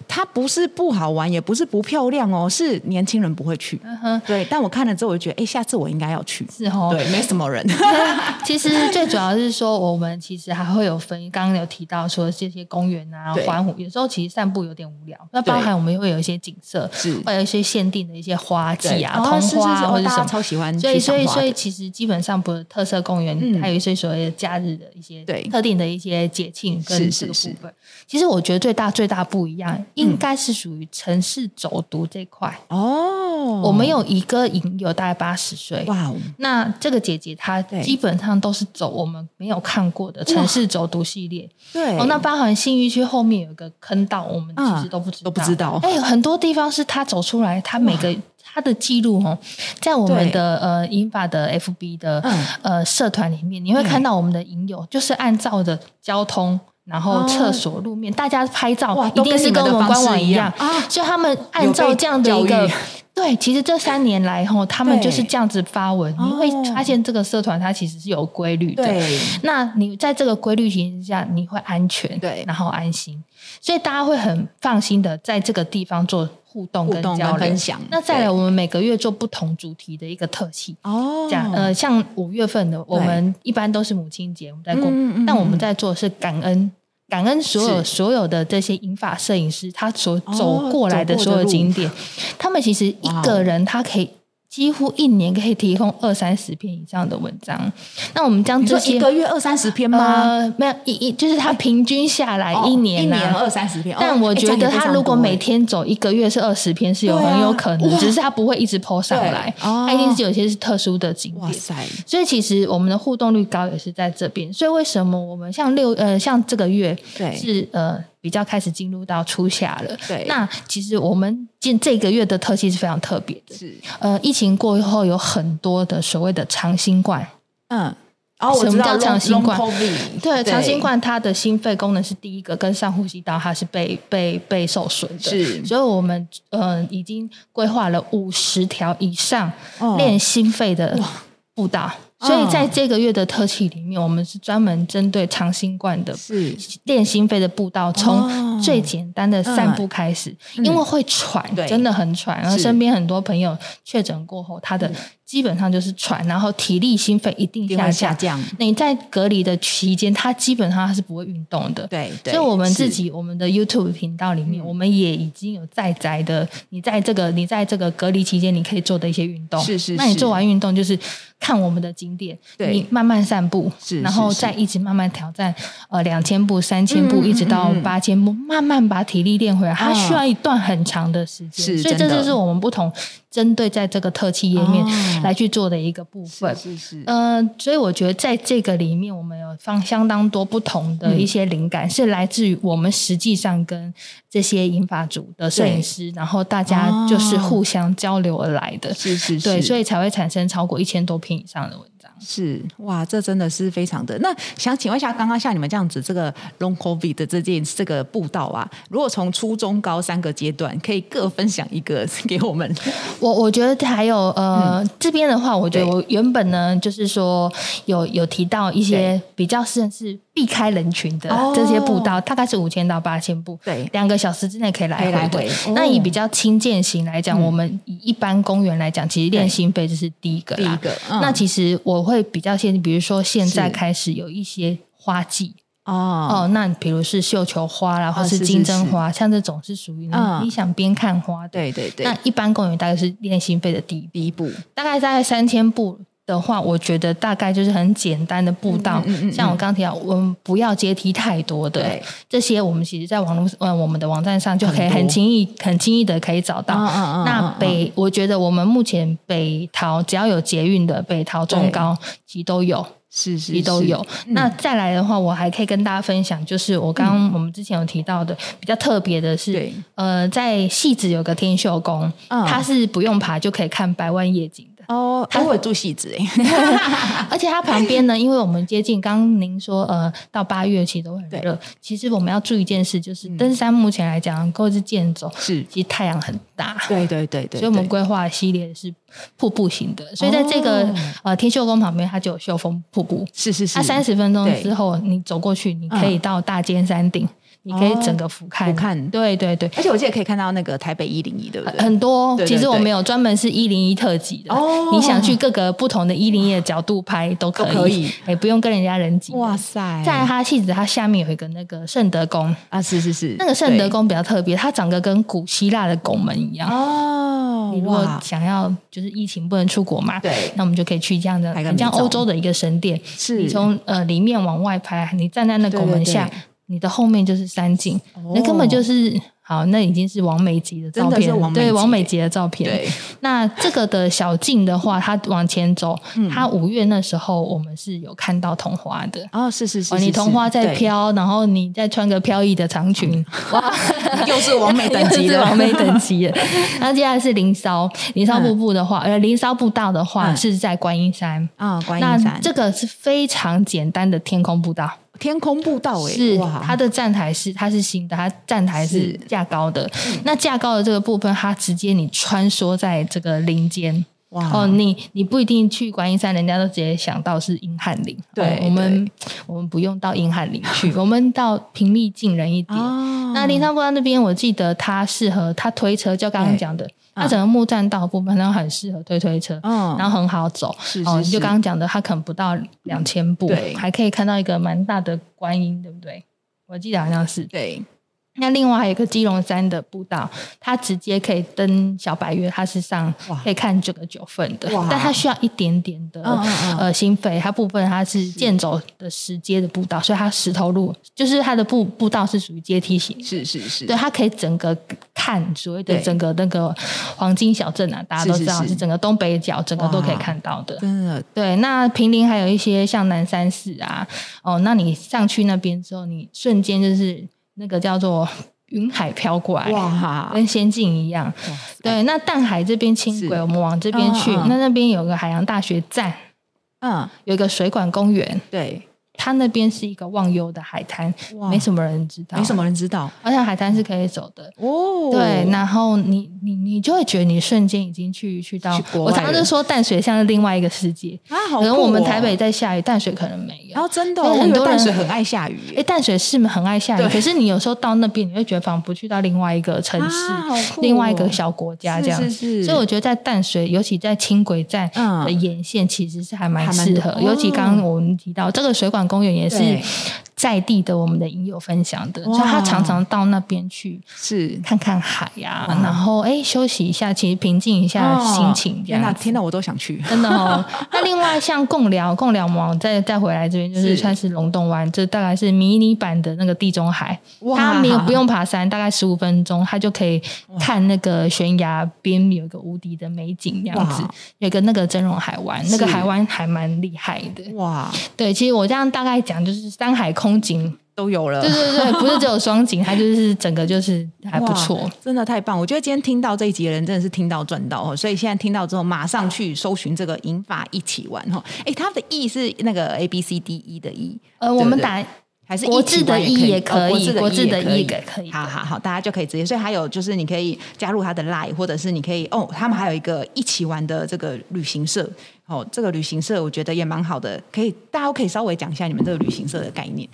Speaker 1: 它不是不好玩，也不是不漂亮哦，是年轻人不会去。
Speaker 3: 嗯哼，
Speaker 1: 对，但我看了之后，我就觉得，哎，下次我应该要去。
Speaker 3: 是哦。
Speaker 1: 对，没什么人。 [laughs]
Speaker 3: 其实最主要是说，我们其实还会有分，刚刚有提到说这些公园啊
Speaker 1: 对、
Speaker 3: 环湖，有时候其实散步有点无聊。那包含我们会有一些景色，
Speaker 1: 是
Speaker 3: 会有一些限定的一些花季啊、
Speaker 1: 对哦
Speaker 3: 桐
Speaker 1: 是是是
Speaker 3: 花啊
Speaker 1: 哦
Speaker 3: 或者
Speaker 1: 大
Speaker 3: 什
Speaker 1: 家
Speaker 3: 么，
Speaker 1: 超喜欢
Speaker 3: 所以，
Speaker 1: 去
Speaker 3: 所以，
Speaker 1: 赏花
Speaker 3: 所
Speaker 1: 的
Speaker 3: 以其实基本上，不是特色公园，
Speaker 1: 嗯
Speaker 3: 还有一些所谓的假日的一些
Speaker 1: 对
Speaker 3: 特定的一些节庆跟
Speaker 1: 是
Speaker 3: 这个部
Speaker 1: 是
Speaker 3: 分。其实我觉得最大最大不一样，应该是属于城市走读这块。
Speaker 1: 哦，
Speaker 3: 我们有一个营友，大概八十岁，
Speaker 1: 哇哦，
Speaker 3: 那这个姐姐她
Speaker 1: 对
Speaker 3: 基本上都是走我们没有看过的城市走读系列。
Speaker 1: 对，
Speaker 3: 哦，那包含信义区后面有一个坑道，我们其
Speaker 1: 嗯
Speaker 3: 实都不知
Speaker 1: 都
Speaker 3: 道。
Speaker 1: 不知道
Speaker 3: 哎，很多地方是她走出来，她每个她的记录哦，在我们
Speaker 1: 对
Speaker 3: 的呃英法的 FB 的、
Speaker 1: 嗯
Speaker 3: 呃社团里面，你会
Speaker 1: 对
Speaker 3: 看到我们的影友就是按照着交通。然后
Speaker 1: 哦
Speaker 3: 厕所、路面，大家拍照
Speaker 1: 哇
Speaker 3: 一
Speaker 1: 哦都
Speaker 3: 定
Speaker 1: 跟
Speaker 3: 是
Speaker 1: 你
Speaker 3: 跟
Speaker 1: 们的
Speaker 3: 我们
Speaker 1: 方
Speaker 3: 官
Speaker 1: 式
Speaker 3: 网
Speaker 1: 一
Speaker 3: 一样
Speaker 1: 样啊
Speaker 3: [laughs] 所以他们按照这样的一
Speaker 1: 有
Speaker 3: 个
Speaker 1: 被教育，
Speaker 3: 对，其实这三年来吼，他们
Speaker 1: 对
Speaker 3: 就是这样子发文，你会
Speaker 1: 哦
Speaker 3: 发现这个社团它其实是有规律的。
Speaker 1: 对，
Speaker 3: 那你在这个规律情下，你会安全，
Speaker 1: 对
Speaker 3: 然后安心，所以大家会很放心的在这个地方做互动
Speaker 1: 互
Speaker 3: 跟
Speaker 1: 动
Speaker 3: 交
Speaker 1: 跟
Speaker 3: 流
Speaker 1: 分享
Speaker 3: 那再来，
Speaker 1: 对
Speaker 3: 我们每个月做不同主题的一个特辑。
Speaker 1: 哦，
Speaker 3: 这样，呃，像五月份的，我们一般都是母亲节我们在过，
Speaker 1: 嗯嗯嗯
Speaker 3: 但我们在做的是感恩，感恩所有
Speaker 1: 是
Speaker 3: 所有的这些银发摄影师他所
Speaker 1: 哦
Speaker 3: 走过来的
Speaker 1: 走过的
Speaker 3: 所有
Speaker 1: 路
Speaker 3: 景点，他们其实一
Speaker 1: 哇哦
Speaker 3: 个人他可以。几乎一年可以提供二三十篇以上的文章，那我们将
Speaker 1: 你说
Speaker 3: 这些
Speaker 1: 一个月二三十篇吗？哎
Speaker 3: 呃，没有一一就是他平均下来
Speaker 1: 哦
Speaker 3: 呃一年
Speaker 1: 一
Speaker 3: 呐、
Speaker 1: 年二三十篇，哦
Speaker 3: 但我觉得他如果
Speaker 1: 欸
Speaker 3: 每，天走一个月是二十篇，是有
Speaker 1: 哎对啊
Speaker 3: 很有可能，
Speaker 1: 哇
Speaker 3: 只是他不会一直 PO 上
Speaker 1: 对
Speaker 3: 来，
Speaker 1: 哦
Speaker 3: 他一定是有些是特殊的景
Speaker 1: 哎这样也
Speaker 3: 点
Speaker 1: 非。常多哎哇塞，
Speaker 3: 所以其实我们的互动率高也是在这边，所以为什么我们像六呃像这个月
Speaker 1: 对
Speaker 3: 是呃比较开始进入到初夏了，
Speaker 1: 对
Speaker 3: 那其实我们进这个月的特性是非常特别的，
Speaker 1: 是
Speaker 3: 呃疫情过后有很多的所谓的长新冠，
Speaker 1: 嗯，哦，我
Speaker 3: 什
Speaker 1: 知
Speaker 3: 么
Speaker 1: 道
Speaker 3: 叫长新冠
Speaker 1: long COVID，
Speaker 3: 对，长新冠它的心肺功能是第一个，跟上呼吸道它是被被被受损的，
Speaker 1: 是
Speaker 3: 所以我们呃已经规划了五十条以上
Speaker 1: 哦
Speaker 3: 练心肺的步道，所以
Speaker 1: 哦
Speaker 3: 在这个月的特辑里面，我们是专门针对长新冠的
Speaker 1: 是
Speaker 3: 练心肺的步道，
Speaker 1: 哦嗯
Speaker 3: 从最简单的散步开始，因为会喘
Speaker 1: 对，
Speaker 3: 真的很喘。然后
Speaker 1: 是嗯
Speaker 3: 身边很多朋友确诊过后，他的基本上就是喘，然后体力、心肺一定
Speaker 1: 一定
Speaker 3: 下
Speaker 1: 会下
Speaker 3: 降。
Speaker 1: 降，
Speaker 3: 你在隔离的期间，他基本上他是不会运动的。
Speaker 1: 对，对
Speaker 3: 所以我们自
Speaker 1: 是嗯
Speaker 3: 己我们的 YouTube 频道里面，我们也已经有在宅的，你在这个你在这个隔离期间，你可以做的一些运动。
Speaker 1: 是是
Speaker 3: 那你
Speaker 1: 是
Speaker 3: 做完运动，就是看我们的景点，
Speaker 1: 对
Speaker 3: 你慢慢散步，
Speaker 1: 是
Speaker 3: 然
Speaker 1: 是
Speaker 3: 后
Speaker 1: 是
Speaker 3: 再一直慢慢挑战，呃，两千步、三千步，
Speaker 1: 嗯
Speaker 3: 一直到
Speaker 1: 嗯嗯嗯
Speaker 3: 八千步，慢慢把体力练回来。它
Speaker 1: 嗯
Speaker 3: 需要一段很长的时间，
Speaker 1: 是
Speaker 3: 所以
Speaker 1: 真
Speaker 3: 这
Speaker 1: 的
Speaker 3: 就是我们不同针对在这个特技页面
Speaker 1: 哦
Speaker 3: 来去做的一个部分。
Speaker 1: 是是是，
Speaker 3: 呃，所以我觉得在这个里面，我们有放相当多不同的一些灵感，是来自于我们实际上跟这些银发族的摄影师，然后大家就是
Speaker 1: 哦
Speaker 3: 互相交流而来的，
Speaker 1: 是是
Speaker 3: 对，
Speaker 1: 是
Speaker 3: 所以才会产生超过一千多篇以上的文章。
Speaker 1: 是哇，这真的是非常的。那想请问一下，刚刚像你们这样子，这个 long covid 的这件这个步道啊，如果从初中高三个阶段，可以各分享一个 [laughs] 给我们，
Speaker 3: 我我觉得还有呃、这边的话，我觉得我原本呢就是说有有提到一些比较甚是避开人群的
Speaker 1: 哦
Speaker 3: 这些步道，大概是五千到八千步，
Speaker 1: 对
Speaker 3: 两个小时之内可以来
Speaker 1: 可以
Speaker 3: 回
Speaker 1: 来
Speaker 3: 的
Speaker 1: 回
Speaker 3: 那以
Speaker 1: 哦嗯
Speaker 3: 比较轻健型来讲，我们以一般公园来讲，其实练
Speaker 1: 对
Speaker 3: 心肺这是第一个啦，
Speaker 1: 第一个嗯
Speaker 3: 那其实我会比较限定，比如说现在
Speaker 1: 是
Speaker 3: 开始有一些花季，
Speaker 1: 哦，
Speaker 3: 哦，那比如是绣球花啦，或
Speaker 1: 啊是
Speaker 3: 是
Speaker 1: 是
Speaker 3: 金针花，像这种是属于你、
Speaker 1: 嗯
Speaker 3: 你想边看花的。
Speaker 1: 对对对，
Speaker 3: 那一般公园大概是练心肺的第一步，
Speaker 1: 第一步
Speaker 3: 大概在三千步的话，我觉得大概就是很简单的步道，
Speaker 1: 嗯嗯嗯嗯
Speaker 3: 像我刚提到，我们不要阶梯太多的
Speaker 1: 对
Speaker 3: 这些，我们其实在网络呃我们的网站上就可以
Speaker 1: 很多
Speaker 3: 很轻易很轻易的可以找到。
Speaker 1: 嗯嗯嗯嗯
Speaker 3: 那
Speaker 1: 嗯
Speaker 3: 北，我觉得我们目前北桃只要有捷运的北桃、中
Speaker 1: 对
Speaker 3: 高其实都有。
Speaker 1: 是是
Speaker 3: 其实都
Speaker 1: 是嗯
Speaker 3: 有。那再来的话，我还可以跟大家分享，就是我刚刚我们之前有提到的、比较特别的是
Speaker 1: 对，
Speaker 3: 呃，在戏子有个天秀宫，
Speaker 1: 嗯
Speaker 3: 它是不用爬就可以看百万夜景的。
Speaker 1: 哦，哎，我有住戏子
Speaker 3: [laughs]
Speaker 1: 哎，
Speaker 3: 而且它旁边呢，因为我们接近，刚刚您说呃，到八月其实都很热。其实我们要注意一件事，
Speaker 1: 嗯
Speaker 3: 就是登山目前来讲，够是健走，
Speaker 1: 是
Speaker 3: 其实太阳很大。
Speaker 1: 对对对对，
Speaker 3: 所以我们
Speaker 1: 对
Speaker 3: 规划的系列是瀑布型的，所以在这个、
Speaker 1: 哦
Speaker 3: 呃天秀宫旁边，它就有秀峰瀑布，
Speaker 1: 是是是，
Speaker 3: 它三十分钟
Speaker 1: 对嗯
Speaker 3: 之后，你走过去，你可以到大尖山顶，你可以整个俯瞰。
Speaker 1: 哦俯瞰
Speaker 3: 对对对，
Speaker 1: 而且我记得可以看到那个台北一零一，对不对？
Speaker 3: 很多哦。
Speaker 1: 对对
Speaker 3: 其实我
Speaker 1: 对
Speaker 3: 们有专门是一零一特辑的，
Speaker 1: 哦
Speaker 3: 你想去各个不同的一零一的角度拍都可以，
Speaker 1: 都可以
Speaker 3: 也不用跟人家人挤。
Speaker 1: 哇！塞，
Speaker 3: 在它戏子，它下面有一个那个圣德宫，
Speaker 1: 啊，是是是，
Speaker 3: 那个圣德宫比较特别，它长得跟古希腊的拱门一
Speaker 1: 对
Speaker 3: 样。
Speaker 1: 哦，
Speaker 3: 你如果
Speaker 1: 哇，
Speaker 3: 想要就是疫情不能出国嘛，
Speaker 1: 对
Speaker 3: 那我们就可以去这样的，
Speaker 1: 拍个
Speaker 3: 很像
Speaker 1: 迷踪
Speaker 3: 欧洲的一个神殿，
Speaker 1: 是
Speaker 3: 你从呃里面往外拍，你站在那
Speaker 1: 对
Speaker 3: 拱门
Speaker 1: 对
Speaker 3: 下，
Speaker 1: 对
Speaker 3: 你的后面就是山景，那根本就是好，那已经是王美级的照
Speaker 1: 真的是
Speaker 3: 片，
Speaker 1: 王美
Speaker 3: 对
Speaker 1: 级
Speaker 3: 王美级的照片。
Speaker 1: 对，
Speaker 3: 那这个的小径的话，它往前走，
Speaker 1: 嗯
Speaker 3: 它五月那时候我们是有看到桐花的。
Speaker 1: 哦，是是是，
Speaker 3: 哦，
Speaker 1: 是
Speaker 3: 你桐花在，飘，然后你再穿个飘逸的长裙， [laughs] 哇，
Speaker 1: 是 [laughs] 啊对又是完美等级
Speaker 3: [laughs] 又是
Speaker 1: 了，
Speaker 3: 完美等级了。那接下来是林骚，林骚瀑布的话，呃，林骚步道的话
Speaker 1: 嗯
Speaker 3: 是在观音山，
Speaker 1: [laughs] 啊，观
Speaker 3: 那
Speaker 1: 音山
Speaker 3: 这个是非常简单的天空步道，
Speaker 1: 天空步道哎，
Speaker 3: 是
Speaker 1: 哇，
Speaker 3: 它的站台是它是新的，它站台是
Speaker 1: 是嗯
Speaker 3: 架高的。那架高的这个部分，它直接你穿梭在这个林间。
Speaker 1: 哇
Speaker 3: 哦，你你不一定去观音山，人家都直接想到是银汉林。
Speaker 1: 对
Speaker 3: 哦我们我们不用到银汉林去， [laughs] 我们到平易近人一点。
Speaker 1: 哦
Speaker 3: 那林山步道那边，我记得它适合它推车，就刚刚讲的，它整个木栈道部分，它很适合推推车，
Speaker 1: 嗯
Speaker 3: 然后很好走。
Speaker 1: 是
Speaker 3: 哦，
Speaker 1: 是是
Speaker 3: 就刚刚讲的，它可能不到两千步，
Speaker 1: 对
Speaker 3: 还可以看到一个蛮大的观音，对不对？我记得好像是。
Speaker 1: 对
Speaker 3: 那另外还有一个基隆山的步道，它直接可以登小白月，它是上
Speaker 1: 哇
Speaker 3: 可以看整个九份的
Speaker 1: 哇，
Speaker 3: 但它需要一点点的
Speaker 1: 嗯嗯嗯
Speaker 3: 呃心肺，它部分它是健走的石阶的步道，所以它石头路就是它的步步道是属于阶梯型。
Speaker 1: 是是是，
Speaker 3: 对，它可以整个看所谓的
Speaker 1: 对
Speaker 3: 整个那个黄金小镇啊，大家
Speaker 1: 是
Speaker 3: 都
Speaker 1: 是
Speaker 3: 知道
Speaker 1: 是
Speaker 3: 是整个东北角，整个都可以
Speaker 1: 哇
Speaker 3: 看到的。
Speaker 1: 真的
Speaker 3: 对，那平林还有一些像南山寺啊，哦，那你上去那边之后，你瞬间就是那个叫做 [laughs] 云海飘过来，
Speaker 1: 哇
Speaker 3: 跟仙境一样。对，那淡海这边轻轨，
Speaker 1: 是
Speaker 3: 我们往这边去，
Speaker 1: 嗯嗯
Speaker 3: 那那边有个海洋大学站。
Speaker 1: 嗯，
Speaker 3: 有一个水管公园，
Speaker 1: 对，
Speaker 3: 它那边是一个忘忧的海滩，
Speaker 1: 哇
Speaker 3: 没什么人知道，
Speaker 1: 没什么人知道
Speaker 3: 而且海滩是可以走的。
Speaker 1: 哦。
Speaker 3: 对，然后你你你就会觉得你瞬间已经去去到
Speaker 1: 去，国
Speaker 3: 我
Speaker 1: 外
Speaker 3: 常常就
Speaker 1: 了
Speaker 3: 说淡水像是另外一个世界，
Speaker 1: 啊，好、哦，
Speaker 3: 可能我们台北，在下雨，淡水可能没有
Speaker 1: 然。后真的、哦，
Speaker 3: 因为
Speaker 1: 我
Speaker 3: 很
Speaker 1: 以为
Speaker 3: 多人
Speaker 1: 淡水很爱下雨
Speaker 3: 哎，
Speaker 1: 耶，
Speaker 3: 淡水是很爱下雨，
Speaker 1: 对
Speaker 3: 可是你有时候到那边，你会觉得仿佛去到另外一个城市，
Speaker 1: 啊好酷哦哦
Speaker 3: 另外一个小国家这样。
Speaker 1: 是是是
Speaker 3: 所以我觉得在淡水，尤其在轻轨站
Speaker 1: 嗯
Speaker 3: 的沿线，其实是还蛮
Speaker 1: 还蛮
Speaker 3: 适
Speaker 1: 多
Speaker 3: 合。
Speaker 1: 哦
Speaker 3: 尤其刚刚我们提到这个水管公园也是
Speaker 1: 对
Speaker 3: 在地的我们的影友分享的，所以
Speaker 1: 哇
Speaker 3: 他常常到那边去
Speaker 1: 是
Speaker 3: 看看海呀、然后哎休息一下，其实平静一下心情这
Speaker 1: 天哪，
Speaker 3: 样子。
Speaker 1: 哦天哪，我都想去。
Speaker 3: 真的哦。那另外像贡寮，贡寮我们再再回来这边，就是
Speaker 1: 是
Speaker 3: 算是龙洞湾，这大概是迷你版的那个地中海。
Speaker 1: 哇
Speaker 3: 它没有不用爬山，大概十五分钟，它就可以看那个悬崖边有一个无敌的美景，这样子
Speaker 1: 哇
Speaker 3: 有一个那个真容海湾，那个海湾还蛮厉害的。
Speaker 1: 哇，
Speaker 3: 对，其实我这样大概讲，就是山海空景， [laughs]
Speaker 1: 都有了，
Speaker 3: 对对对，不是只有双景，它就是整个就是还不错
Speaker 1: 哇。，真的太棒！我觉得今天听到这一集的人真的是听到赚到哦，所以现在听到之后马上去搜寻这个银发一起玩哦。哎，它的 E 是那个 A B C D E 的 E，
Speaker 3: 呃，我们
Speaker 1: 对
Speaker 3: 打
Speaker 1: 还是
Speaker 3: 国
Speaker 1: 一起
Speaker 3: 字的
Speaker 1: 玩
Speaker 3: E 也可
Speaker 1: 哦
Speaker 3: 以，国
Speaker 1: 国
Speaker 3: 字
Speaker 1: 字
Speaker 3: 的
Speaker 1: 的
Speaker 3: E
Speaker 1: 也
Speaker 3: 也
Speaker 1: 可以。
Speaker 3: 可以。
Speaker 1: 好好好，大家就可以直接。所以还有就是，你可以加入他的 Line，或者是你可以哦，他们还有一个一起玩的这个旅行社。哦，这个旅行社我觉得也蛮好的，可以大家都可以稍微讲一下你们这个旅行社的概念，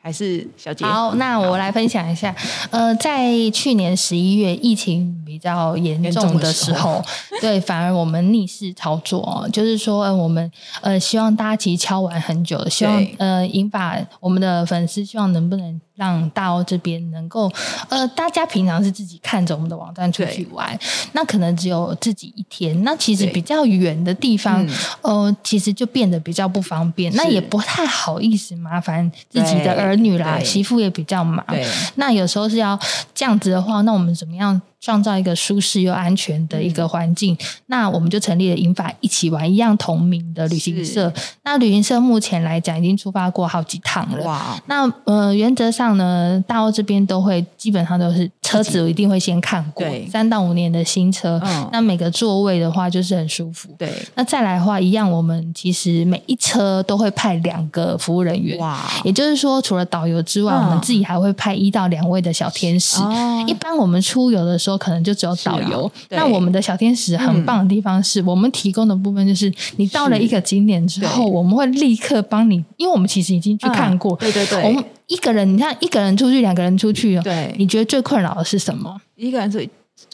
Speaker 1: 还是小姐？
Speaker 3: 好，那我来分享一下。呃，在去年十一月疫情比较严重的时候，对，反而我们逆势操作哦，就是说，呃、我们呃希望大家其实敲完很久了，希望
Speaker 1: 对
Speaker 3: 呃银法我们的粉丝希望能不能让大欧这边能够呃大家平常是自己看着我们的网站出去玩，那可能只有自己一天，那其实
Speaker 1: 对
Speaker 3: 比较远的地方
Speaker 1: 嗯，
Speaker 3: 呃，其实就变得比较不方便，那
Speaker 1: 是
Speaker 3: 也不太好意思麻烦自己的
Speaker 1: 对
Speaker 3: 儿女啦、
Speaker 1: 对
Speaker 3: 媳妇也比较忙。
Speaker 1: 对，
Speaker 3: 那有时候是要这样子的话，那我们怎么样创造一个舒适又安全的一
Speaker 1: 嗯
Speaker 3: 个环境？那我们就成立了银法一起玩一样同名的旅行社。那旅行社目前来讲已经出发过好几趟了。
Speaker 1: 哇，
Speaker 3: 那呃，原则上呢，大澳这边都会基本上都是车子一定会先看过
Speaker 1: 对，
Speaker 3: 三到五年的新车。
Speaker 1: 嗯
Speaker 3: 那每个座位的话就是很舒服。
Speaker 1: 对，
Speaker 3: 那再来的话，一样我们其实每一车都会派两个服务人员。
Speaker 1: 哇，
Speaker 3: 也就是说，除了导游之外，
Speaker 1: 嗯
Speaker 3: 我们自己还会派一到两位的小天使。
Speaker 1: 哦
Speaker 3: 一般我们出游的时候，可能就只有导游。
Speaker 1: 是啊对嗯
Speaker 3: 那我们的小天使很棒的地方是，我们提供的部分就是，你到了一个景点之后，
Speaker 1: 对
Speaker 3: 我们会立刻帮你，因为我们其实已经去看过。
Speaker 1: 嗯对对对
Speaker 3: 我们一个人，你看一个人出去，两个人出去哦，
Speaker 1: 对
Speaker 3: 你觉得最困扰的是什么？
Speaker 1: 一个人是，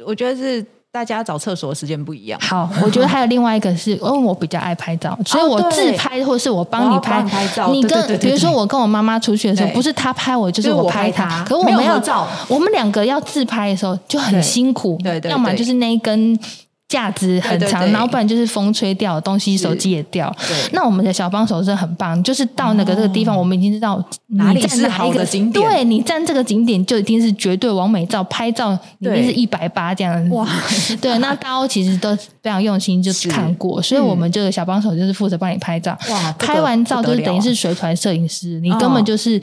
Speaker 1: 我觉得是大家找厕所的时间不一样。
Speaker 3: 好，我觉得还有另外一个
Speaker 1: [laughs]
Speaker 3: 是，因为哦我比较爱拍照，所以我自
Speaker 1: 哦对
Speaker 3: 拍或是我帮
Speaker 1: 我
Speaker 3: 你
Speaker 1: 要
Speaker 3: 拍。
Speaker 1: 帮你拍照
Speaker 3: 你
Speaker 1: 对
Speaker 3: 跟
Speaker 1: 对对对
Speaker 3: 比如说我跟我妈妈出去的时候，
Speaker 1: 对
Speaker 3: 不是她拍我，就是
Speaker 1: 就是
Speaker 3: 我
Speaker 1: 我拍
Speaker 3: 她
Speaker 1: 她。
Speaker 3: 可我们
Speaker 1: 没有
Speaker 3: 要
Speaker 1: 合照，
Speaker 3: 我们两个要自拍的时候就很
Speaker 1: 对
Speaker 3: 辛苦。
Speaker 1: 对对对
Speaker 3: 要么就是那一根架子很
Speaker 1: 对对
Speaker 3: 长，
Speaker 1: 对
Speaker 3: 然后不然就是风吹掉东西，手机也掉。
Speaker 1: 对
Speaker 3: 那我们的小帮手是很棒，就是到那个这个地方，我们已经知道你
Speaker 1: 哪里
Speaker 3: 在
Speaker 1: 是好
Speaker 3: 一个
Speaker 1: 的景点
Speaker 3: 对你站这个景点就一定是绝对完美照，拍照一定
Speaker 1: 对
Speaker 3: 是一百八这样子。
Speaker 1: 哇，
Speaker 3: [laughs] 对，那大欧其实都非常用心，就是看过，所以我们这个小帮手就是负责帮你拍照。
Speaker 1: 哇这个
Speaker 3: 拍完照就是
Speaker 1: 不得了
Speaker 3: 等于是水团摄影师，你
Speaker 1: 哦
Speaker 3: 根本就是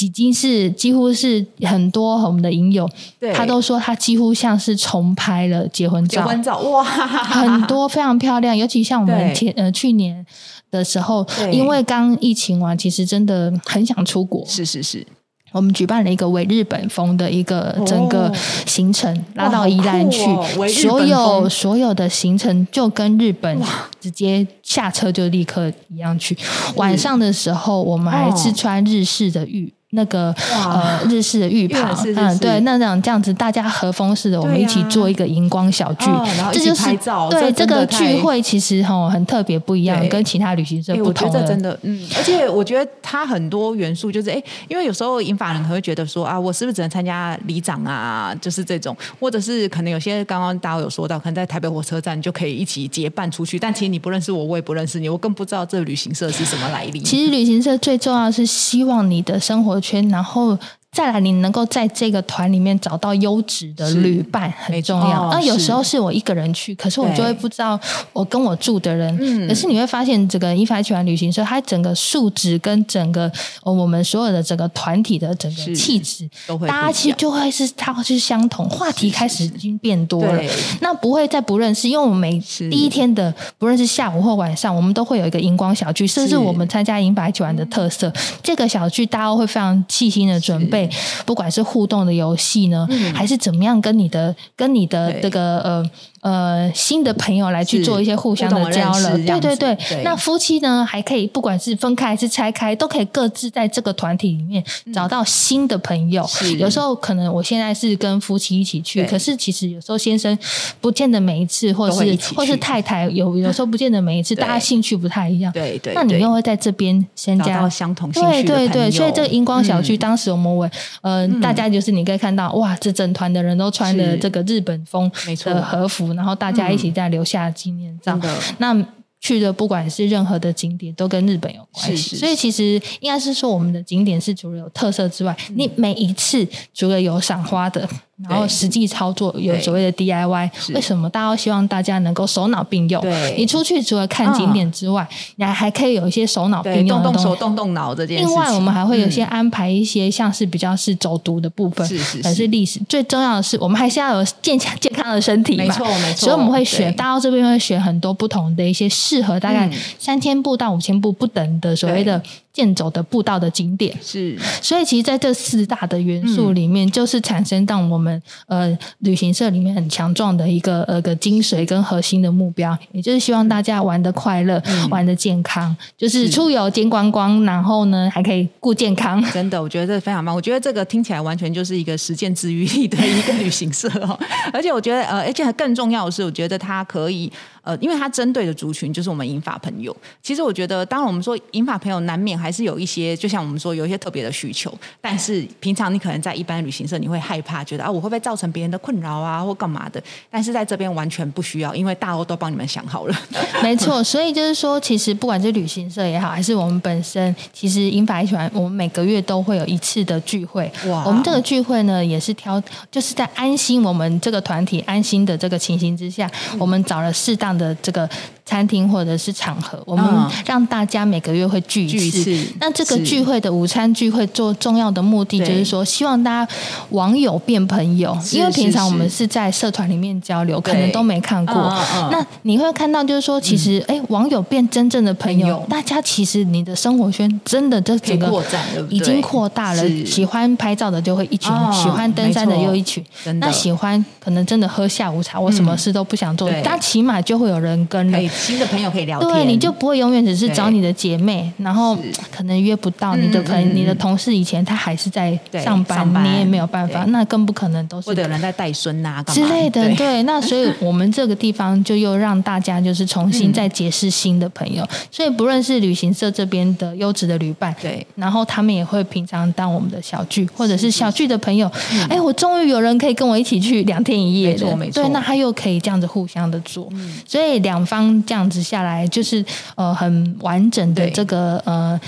Speaker 3: 已经是几乎是很多我们的影友
Speaker 1: 对，
Speaker 3: 他都说他几乎像是重拍了结婚
Speaker 1: 结
Speaker 3: 照。
Speaker 1: 婚照哇，
Speaker 3: 很多非常漂亮，尤 [laughs] 其像我们
Speaker 1: 对
Speaker 3: 前呃去年的时候，
Speaker 1: 对
Speaker 3: 因为刚疫情完，其实真的很想出国，
Speaker 1: 是是是，
Speaker 3: 我们举办了一个为日本风的一个
Speaker 1: 哦
Speaker 3: 整个行程，拉到
Speaker 1: 好
Speaker 3: 宜兰
Speaker 1: 酷
Speaker 3: 去，
Speaker 1: 哦为日
Speaker 3: 所
Speaker 1: 本
Speaker 3: 有
Speaker 1: 风
Speaker 3: 所有的行程就跟日本直接下车就立刻一样去。晚上的时候，我们还是
Speaker 1: 哦
Speaker 3: 穿日式的浴。那个
Speaker 1: 哇
Speaker 3: 呃，日式的浴袍，
Speaker 1: 是是
Speaker 3: 嗯，
Speaker 1: 是
Speaker 3: 对，那种这样子，大家和风式的，我们
Speaker 1: 对
Speaker 3: 一
Speaker 1: 呀
Speaker 3: 起做一个荧光小聚
Speaker 1: 哦然后，一
Speaker 3: 这
Speaker 1: 起
Speaker 3: 就是
Speaker 1: 拍照
Speaker 3: 对
Speaker 1: 这
Speaker 3: 这
Speaker 1: 真
Speaker 3: 个
Speaker 1: 的太
Speaker 3: 聚会其实哈很特别不一样，
Speaker 1: 对
Speaker 3: 跟其他旅行社
Speaker 1: 哎，
Speaker 3: 不
Speaker 1: 我觉
Speaker 3: 同
Speaker 1: 得这
Speaker 3: 了
Speaker 1: 真。的，嗯，而且我觉得它很多元素就是，哎，因为有时候银发人可能会觉得说啊，我是不是只能参加里长啊，就是这种，或者是可能有些刚刚大家有说到，可能在台北火车站就可以一起结伴出去，但其实你不认识我，我也不认识你，我更不知道这旅行社是什么来历。
Speaker 3: 其实旅行社最重要的是希望你的生活圈，然后再来，你能够在这个团里面找到优质的旅伴很重要。
Speaker 1: 没错
Speaker 3: 那、有时候
Speaker 1: 是
Speaker 3: 是我一个人去，可是我
Speaker 1: 对
Speaker 3: 就会不知道我跟我住的人。
Speaker 1: 嗯
Speaker 3: 可是你会发现，这个一发全旅行社，它整个素质跟整个、呃我们所有的整个团体的整个
Speaker 1: 是
Speaker 3: 气质，
Speaker 1: 都会不一样
Speaker 3: 大家其实就会是它会是相同，话题开始已经变多了
Speaker 1: 对。
Speaker 3: 那不会再不认识，因为我们每
Speaker 1: 是
Speaker 3: 第一天的，不论是下午或晚上，我们都会有一个荧光小聚，这是我们参加银白酒玩的特色。这个小聚大家会非常细心的准备，不管是互动的游戏呢，还是怎么样跟你的跟你的
Speaker 1: 嗯对
Speaker 3: 这个呃。呃，新的朋友来去
Speaker 1: 是
Speaker 3: 做一些互相
Speaker 1: 互
Speaker 3: 的
Speaker 1: 动的
Speaker 3: 交
Speaker 1: 认识这
Speaker 3: 流，对
Speaker 1: 样
Speaker 3: 对
Speaker 1: 子
Speaker 3: 对。
Speaker 1: 对
Speaker 3: 那夫妻呢，还可以不管是分开还是拆开，都可以各自在这个团体里面找到新的朋友。
Speaker 1: 嗯是
Speaker 3: 有时候可能我现在是跟夫妻一起去，
Speaker 1: 对
Speaker 3: 可是其实有时候先生不见得每一次，或
Speaker 1: 都会
Speaker 3: 是
Speaker 1: 一起去
Speaker 3: 或是太太有有时候不见得每一次，
Speaker 1: 对
Speaker 3: 大家兴趣不太一样。
Speaker 1: 对对，
Speaker 3: 那你
Speaker 1: 对
Speaker 3: 又会在这边参
Speaker 1: 找
Speaker 3: 加
Speaker 1: 到相同兴
Speaker 3: 对
Speaker 1: 趣的
Speaker 3: 对对，
Speaker 1: 朋
Speaker 3: 所以这个
Speaker 1: 友
Speaker 3: 荧光小聚，
Speaker 1: 嗯
Speaker 3: 当时我们为呃，大家就是你可以看到，哇，这整团的人都穿了
Speaker 1: 是
Speaker 3: 这个日本风
Speaker 1: 没错嗯
Speaker 3: 的和服，然后大家一起在留下纪念照
Speaker 1: 真的。
Speaker 3: 那去的不管是任何的景点，都跟日本有关
Speaker 1: 是
Speaker 3: 系，
Speaker 1: 是
Speaker 3: 所以其实应该是说，我们的景点是除了有特色之外，你每一次除了有赏花的，然后
Speaker 1: 嗯对
Speaker 3: 实际操作有
Speaker 1: 对
Speaker 3: 所谓的 DIY，
Speaker 1: 是
Speaker 3: 为什么大家都希望大家能够手脑并用？
Speaker 1: 对嗯
Speaker 3: 你出去除了看景点之外，你还可以有一些手脑
Speaker 1: 对
Speaker 3: 并用
Speaker 1: 动
Speaker 3: 的
Speaker 1: 动
Speaker 3: 东西
Speaker 1: 手、。动动脑这件事
Speaker 3: 另
Speaker 1: 情。嗯
Speaker 3: 外，我们还会有些安排一些像是比较是走读的部分，
Speaker 1: 是是
Speaker 3: 还是
Speaker 1: 是
Speaker 3: 历史。最重要的是，我们还是要有健康健康的身体嘛，
Speaker 1: 没错没错
Speaker 3: 所以我们会选，
Speaker 1: 对
Speaker 3: 大家这边会选很多不同的一些适合大概
Speaker 1: 嗯
Speaker 3: 三千步到五千步不等的所谓的健走的步道的景点。
Speaker 1: 是
Speaker 3: 所以其实在这四大的元素
Speaker 1: 嗯
Speaker 3: 里面，就是产生到我们呃旅行社里面很强壮的一个呃个精髓跟核心的目标，也就是希望大家玩的快乐，玩的健康，就是
Speaker 1: 嗯是
Speaker 3: 出游兼观光，然后呢还可以顾健康。
Speaker 1: 真的，我觉得这非常棒。我觉得这个听起来完全就是一个实践自愈力的一个旅行社哦。 [laughs] 而且我觉得，呃，而且更重要的是，我觉得它可以，呃，因为它针对的族群就是我们银发朋友。其实我觉得，当然我们说银发朋友难免还是有一些，就像我们说有一些特别的需求，但是平常你可能在一般旅行社你会害怕，觉得啊我会不会造成别人的困扰啊或干嘛的，但是在这边完全不需要，因为大欧都帮你们想好了。
Speaker 3: 没错，所以就是说，其实不管是旅行社也好，还是我们本身，其实英法一喜欢，我们每个月都会有一次的聚会。
Speaker 1: 哇
Speaker 3: 我们这个聚会呢，也是挑，就是在安心我们这个团体安心的这个情形之下，
Speaker 1: 嗯
Speaker 3: 我们找了适当的这个餐厅或者是场合，我们
Speaker 1: 嗯
Speaker 3: 让大家每个月会聚
Speaker 1: 聚
Speaker 3: 一
Speaker 1: 一
Speaker 3: 次。
Speaker 1: 次
Speaker 3: 那这个
Speaker 1: 是
Speaker 3: 聚会的午餐聚会做重要的目的，就
Speaker 1: 对
Speaker 3: 是说希望大家网友变朋友，
Speaker 1: 是
Speaker 3: 因为平
Speaker 1: 是
Speaker 3: 常我们
Speaker 1: 是
Speaker 3: 是在社团里面交流，可
Speaker 1: 对
Speaker 3: 能都没看过。
Speaker 1: 嗯嗯嗯
Speaker 3: 那你会看到，就是说，其实哎、诶网友变真正的朋
Speaker 1: 朋
Speaker 3: 友
Speaker 1: 友，
Speaker 3: 大家其实你的生活圈真的这整个
Speaker 1: [laughs] 可以扩展对不对
Speaker 3: 已经扩大了。
Speaker 1: 是
Speaker 3: 喜欢拍照的就会一群，
Speaker 1: 哦
Speaker 3: 喜欢登山的
Speaker 1: 没错
Speaker 3: 又一群
Speaker 1: 真，的嗯
Speaker 3: 那喜欢可能真的喝下午茶，我什么事都不想做，
Speaker 1: 对
Speaker 3: 但起码就会有人跟了
Speaker 1: 可以。新的朋友可以聊天，
Speaker 3: 对，你就不会永远只是
Speaker 1: 对
Speaker 3: 找你的姐妹，然后可能约不到你的
Speaker 1: 嗯
Speaker 3: 朋、
Speaker 1: 嗯
Speaker 3: 你的同事，以前他还是在
Speaker 1: 对
Speaker 3: 上班，
Speaker 1: 上班
Speaker 3: 你也没有办法，
Speaker 1: 对
Speaker 3: 那更不可能都是
Speaker 1: 或者有人在带孙呐、啊、干
Speaker 3: 之
Speaker 1: 嘛
Speaker 3: 类的，
Speaker 1: 对
Speaker 3: 对。那所以我们这个地方就又让大家就是重
Speaker 1: 嗯
Speaker 3: 新再结识新的朋友，所以不论是旅行社这边的优质的旅伴，
Speaker 1: 对，
Speaker 3: 然后他们也会平常当我们的小聚，或者是小聚的朋友，哎，我终于有人可以跟我一起去两天一夜的
Speaker 1: 没错没错嗯
Speaker 3: 对，那他又可以这样子互相的做，所以两方这样子下来，就是呃很完整的
Speaker 1: 对
Speaker 3: 这个呃。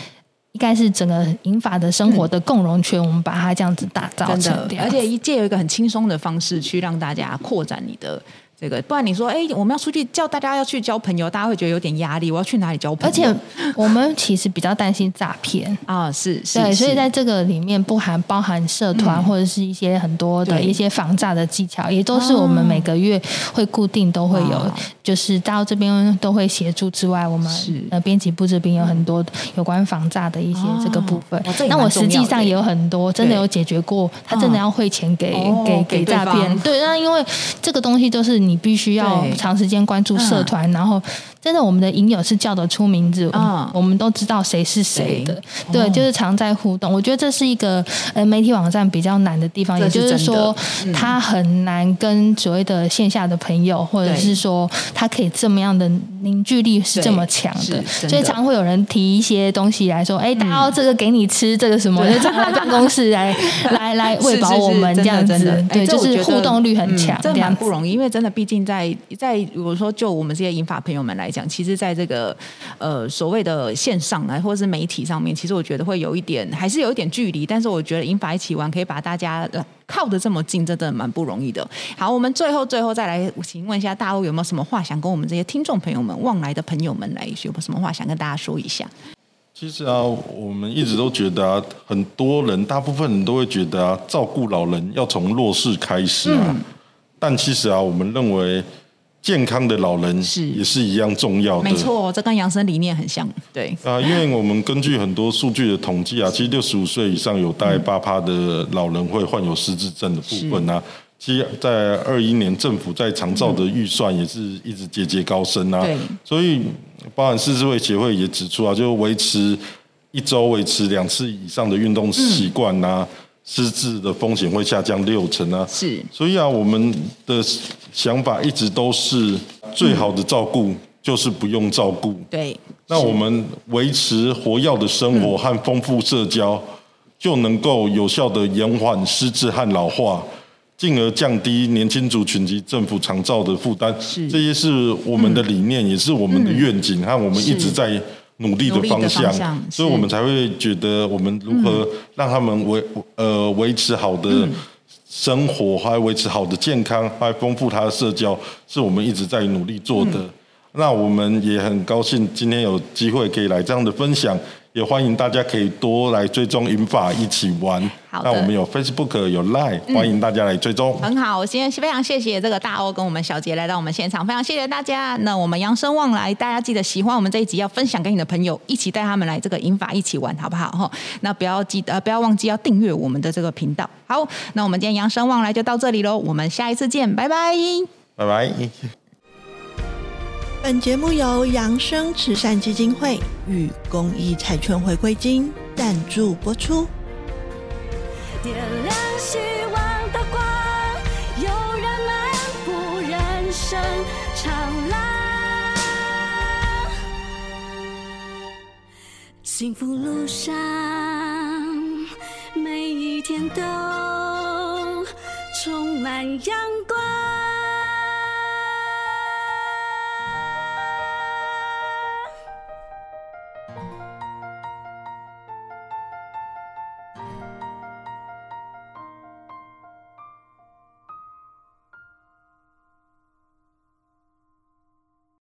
Speaker 3: 应该是整个银发的生活的共融圈，我们把它这样子打造
Speaker 1: 嗯真
Speaker 3: 成
Speaker 1: 的
Speaker 3: 这，样
Speaker 1: 而
Speaker 3: 子
Speaker 1: 且一借有一个很轻松的方式去让大家扩展你的这个，不然你说，哎、我们要出去叫大家要去交朋友，大家会觉得有点压力，我要去哪里交朋
Speaker 3: 而
Speaker 1: 友？
Speaker 3: 且我们其实比较担心诈骗。
Speaker 1: 啊，是是，
Speaker 3: 对，
Speaker 1: 是
Speaker 3: 所以在这个里面不含包含社团或者是一些很多
Speaker 1: 嗯
Speaker 3: 的
Speaker 1: 对哦
Speaker 3: 一些防诈的技巧，也都是我们每个月会固定都会有
Speaker 1: 哇，
Speaker 3: 就是到这边都会协助之外，我们
Speaker 1: 是嗯
Speaker 3: 呃编辑部这边有很多有关防诈的一些这个部分
Speaker 1: 哦哇这。也
Speaker 3: 那
Speaker 1: 蛮
Speaker 3: 我
Speaker 1: 重
Speaker 3: 实
Speaker 1: 要
Speaker 3: 际
Speaker 1: 的
Speaker 3: 上
Speaker 1: 耶嗯
Speaker 3: 也有很多真的有解决过，他真的要汇钱给
Speaker 1: 哦
Speaker 3: 给
Speaker 1: 给对
Speaker 3: 诈骗。
Speaker 1: 方
Speaker 3: 对，那因为这个东西就是你必须要
Speaker 1: 对嗯
Speaker 3: 长时间关注社团，然后真的我们的影友是叫得出名字，
Speaker 1: 嗯
Speaker 3: 我们都知道谁是谁的，
Speaker 1: 对
Speaker 3: 对，
Speaker 1: 哦
Speaker 3: 就是常在互动。我觉得这是一个呃媒体网站比较难的地方，也
Speaker 1: 这是
Speaker 3: 就是说
Speaker 1: 真的嗯
Speaker 3: 他很难跟所谓的线下的朋友，或者
Speaker 1: 对
Speaker 3: 是说他可以这么样的凝聚力是这么强的
Speaker 1: 对，是真的嗯
Speaker 3: 所以常会有人提一些东西来说，哎，大家这个给你吃，这
Speaker 1: [laughs]
Speaker 3: 个什么，
Speaker 1: 对
Speaker 3: 就常来办公室来来来
Speaker 1: 是
Speaker 3: 喂饱
Speaker 1: 是是
Speaker 3: 我们
Speaker 1: 真
Speaker 3: 这
Speaker 1: 的
Speaker 3: 样
Speaker 1: 真的
Speaker 3: 子，
Speaker 1: 哎
Speaker 3: 对，
Speaker 1: 这
Speaker 3: 就
Speaker 1: 我
Speaker 3: 是
Speaker 1: 觉得
Speaker 3: 互动率很
Speaker 1: 嗯
Speaker 3: 强，
Speaker 1: 这
Speaker 3: 这样
Speaker 1: 蛮
Speaker 3: 子
Speaker 1: 不容易，因为真的毕竟在在我说就我们这些银发朋友们来讲，其实在这个呃所谓的线上啊，或者是媒体上面，其实我觉得会有一点，还是有一点距离。但是我觉得银发一起玩，可以把大家呃靠得这么近，真的蛮不容易的。好，我们最后最后再来，请问一下大陆有没有什么话想跟我们这些听众朋友们、望来的朋友们来，有没有什么话想跟大家说一下？
Speaker 2: 其实啊，我们一直都觉得啊，很多人，大部分人都会觉得啊，照顾老人要从弱势开始啊。
Speaker 1: 嗯
Speaker 2: 但其实啊，我们认为健康的老人
Speaker 1: 是
Speaker 2: 也是一样重要的。
Speaker 1: 没错，哦这跟养生理念很像，对。
Speaker 2: 啊，因为我们根据很多数据的统计啊，其实六十五岁以上有大概八趴的老人会患有失智症的部分啊。其实，在二一年政府在长照的预算也是一直节节高升啊。
Speaker 1: 对
Speaker 2: 所以包含世智会协会也指出啊，就维持一周维持两次以上的运动习惯啊，失智的风险会下降六成啊。
Speaker 1: 是
Speaker 2: 所以啊，我们的想法一直都是最好的照顾就是不用照顾。
Speaker 1: 对，
Speaker 2: 那我们维持活跃的生
Speaker 1: 嗯
Speaker 2: 活和丰富社交，就能够有效的延缓失智和老化，进而降低年轻族群及政府长照的负担。
Speaker 1: 是嗯
Speaker 2: 这些是我们的理念，也是我们的愿景，和我们一直在努力的方
Speaker 1: 努力的
Speaker 2: 向
Speaker 1: 方向。嗯
Speaker 2: 所以，我们才会觉得我们如何让他们维呃维持好的。生活还维持好的健康，还丰富他的社交，是我们一直在努力做的。
Speaker 1: 嗯
Speaker 2: 那我们也很高兴今天有机会可以来这样的分享，也欢迎大家可以多来追踪银法一起玩。
Speaker 1: 好的
Speaker 2: 那我们有 Facebook 有 Line，、欢迎大家来追踪。
Speaker 1: 很好。今天非常谢谢这个大欧跟我们小杰来到我们现场，非常谢谢大家。那我们扬生望来，大家记得喜欢我们这一集，要分享给你的朋友，一起带他们来这个银法一起玩，好不好？哈，那不要记得、呃不要忘记要订阅我们的这个频道。好，那我们今天扬生望来就到这里喽，我们下一次见，拜拜。
Speaker 2: 拜拜。
Speaker 4: 本节目由扬生慈善基金会与公益彩券回馈金赞助播出。
Speaker 5: 点亮希望的光，有人漫步人生长廊，幸福路上每一天都充满阳光。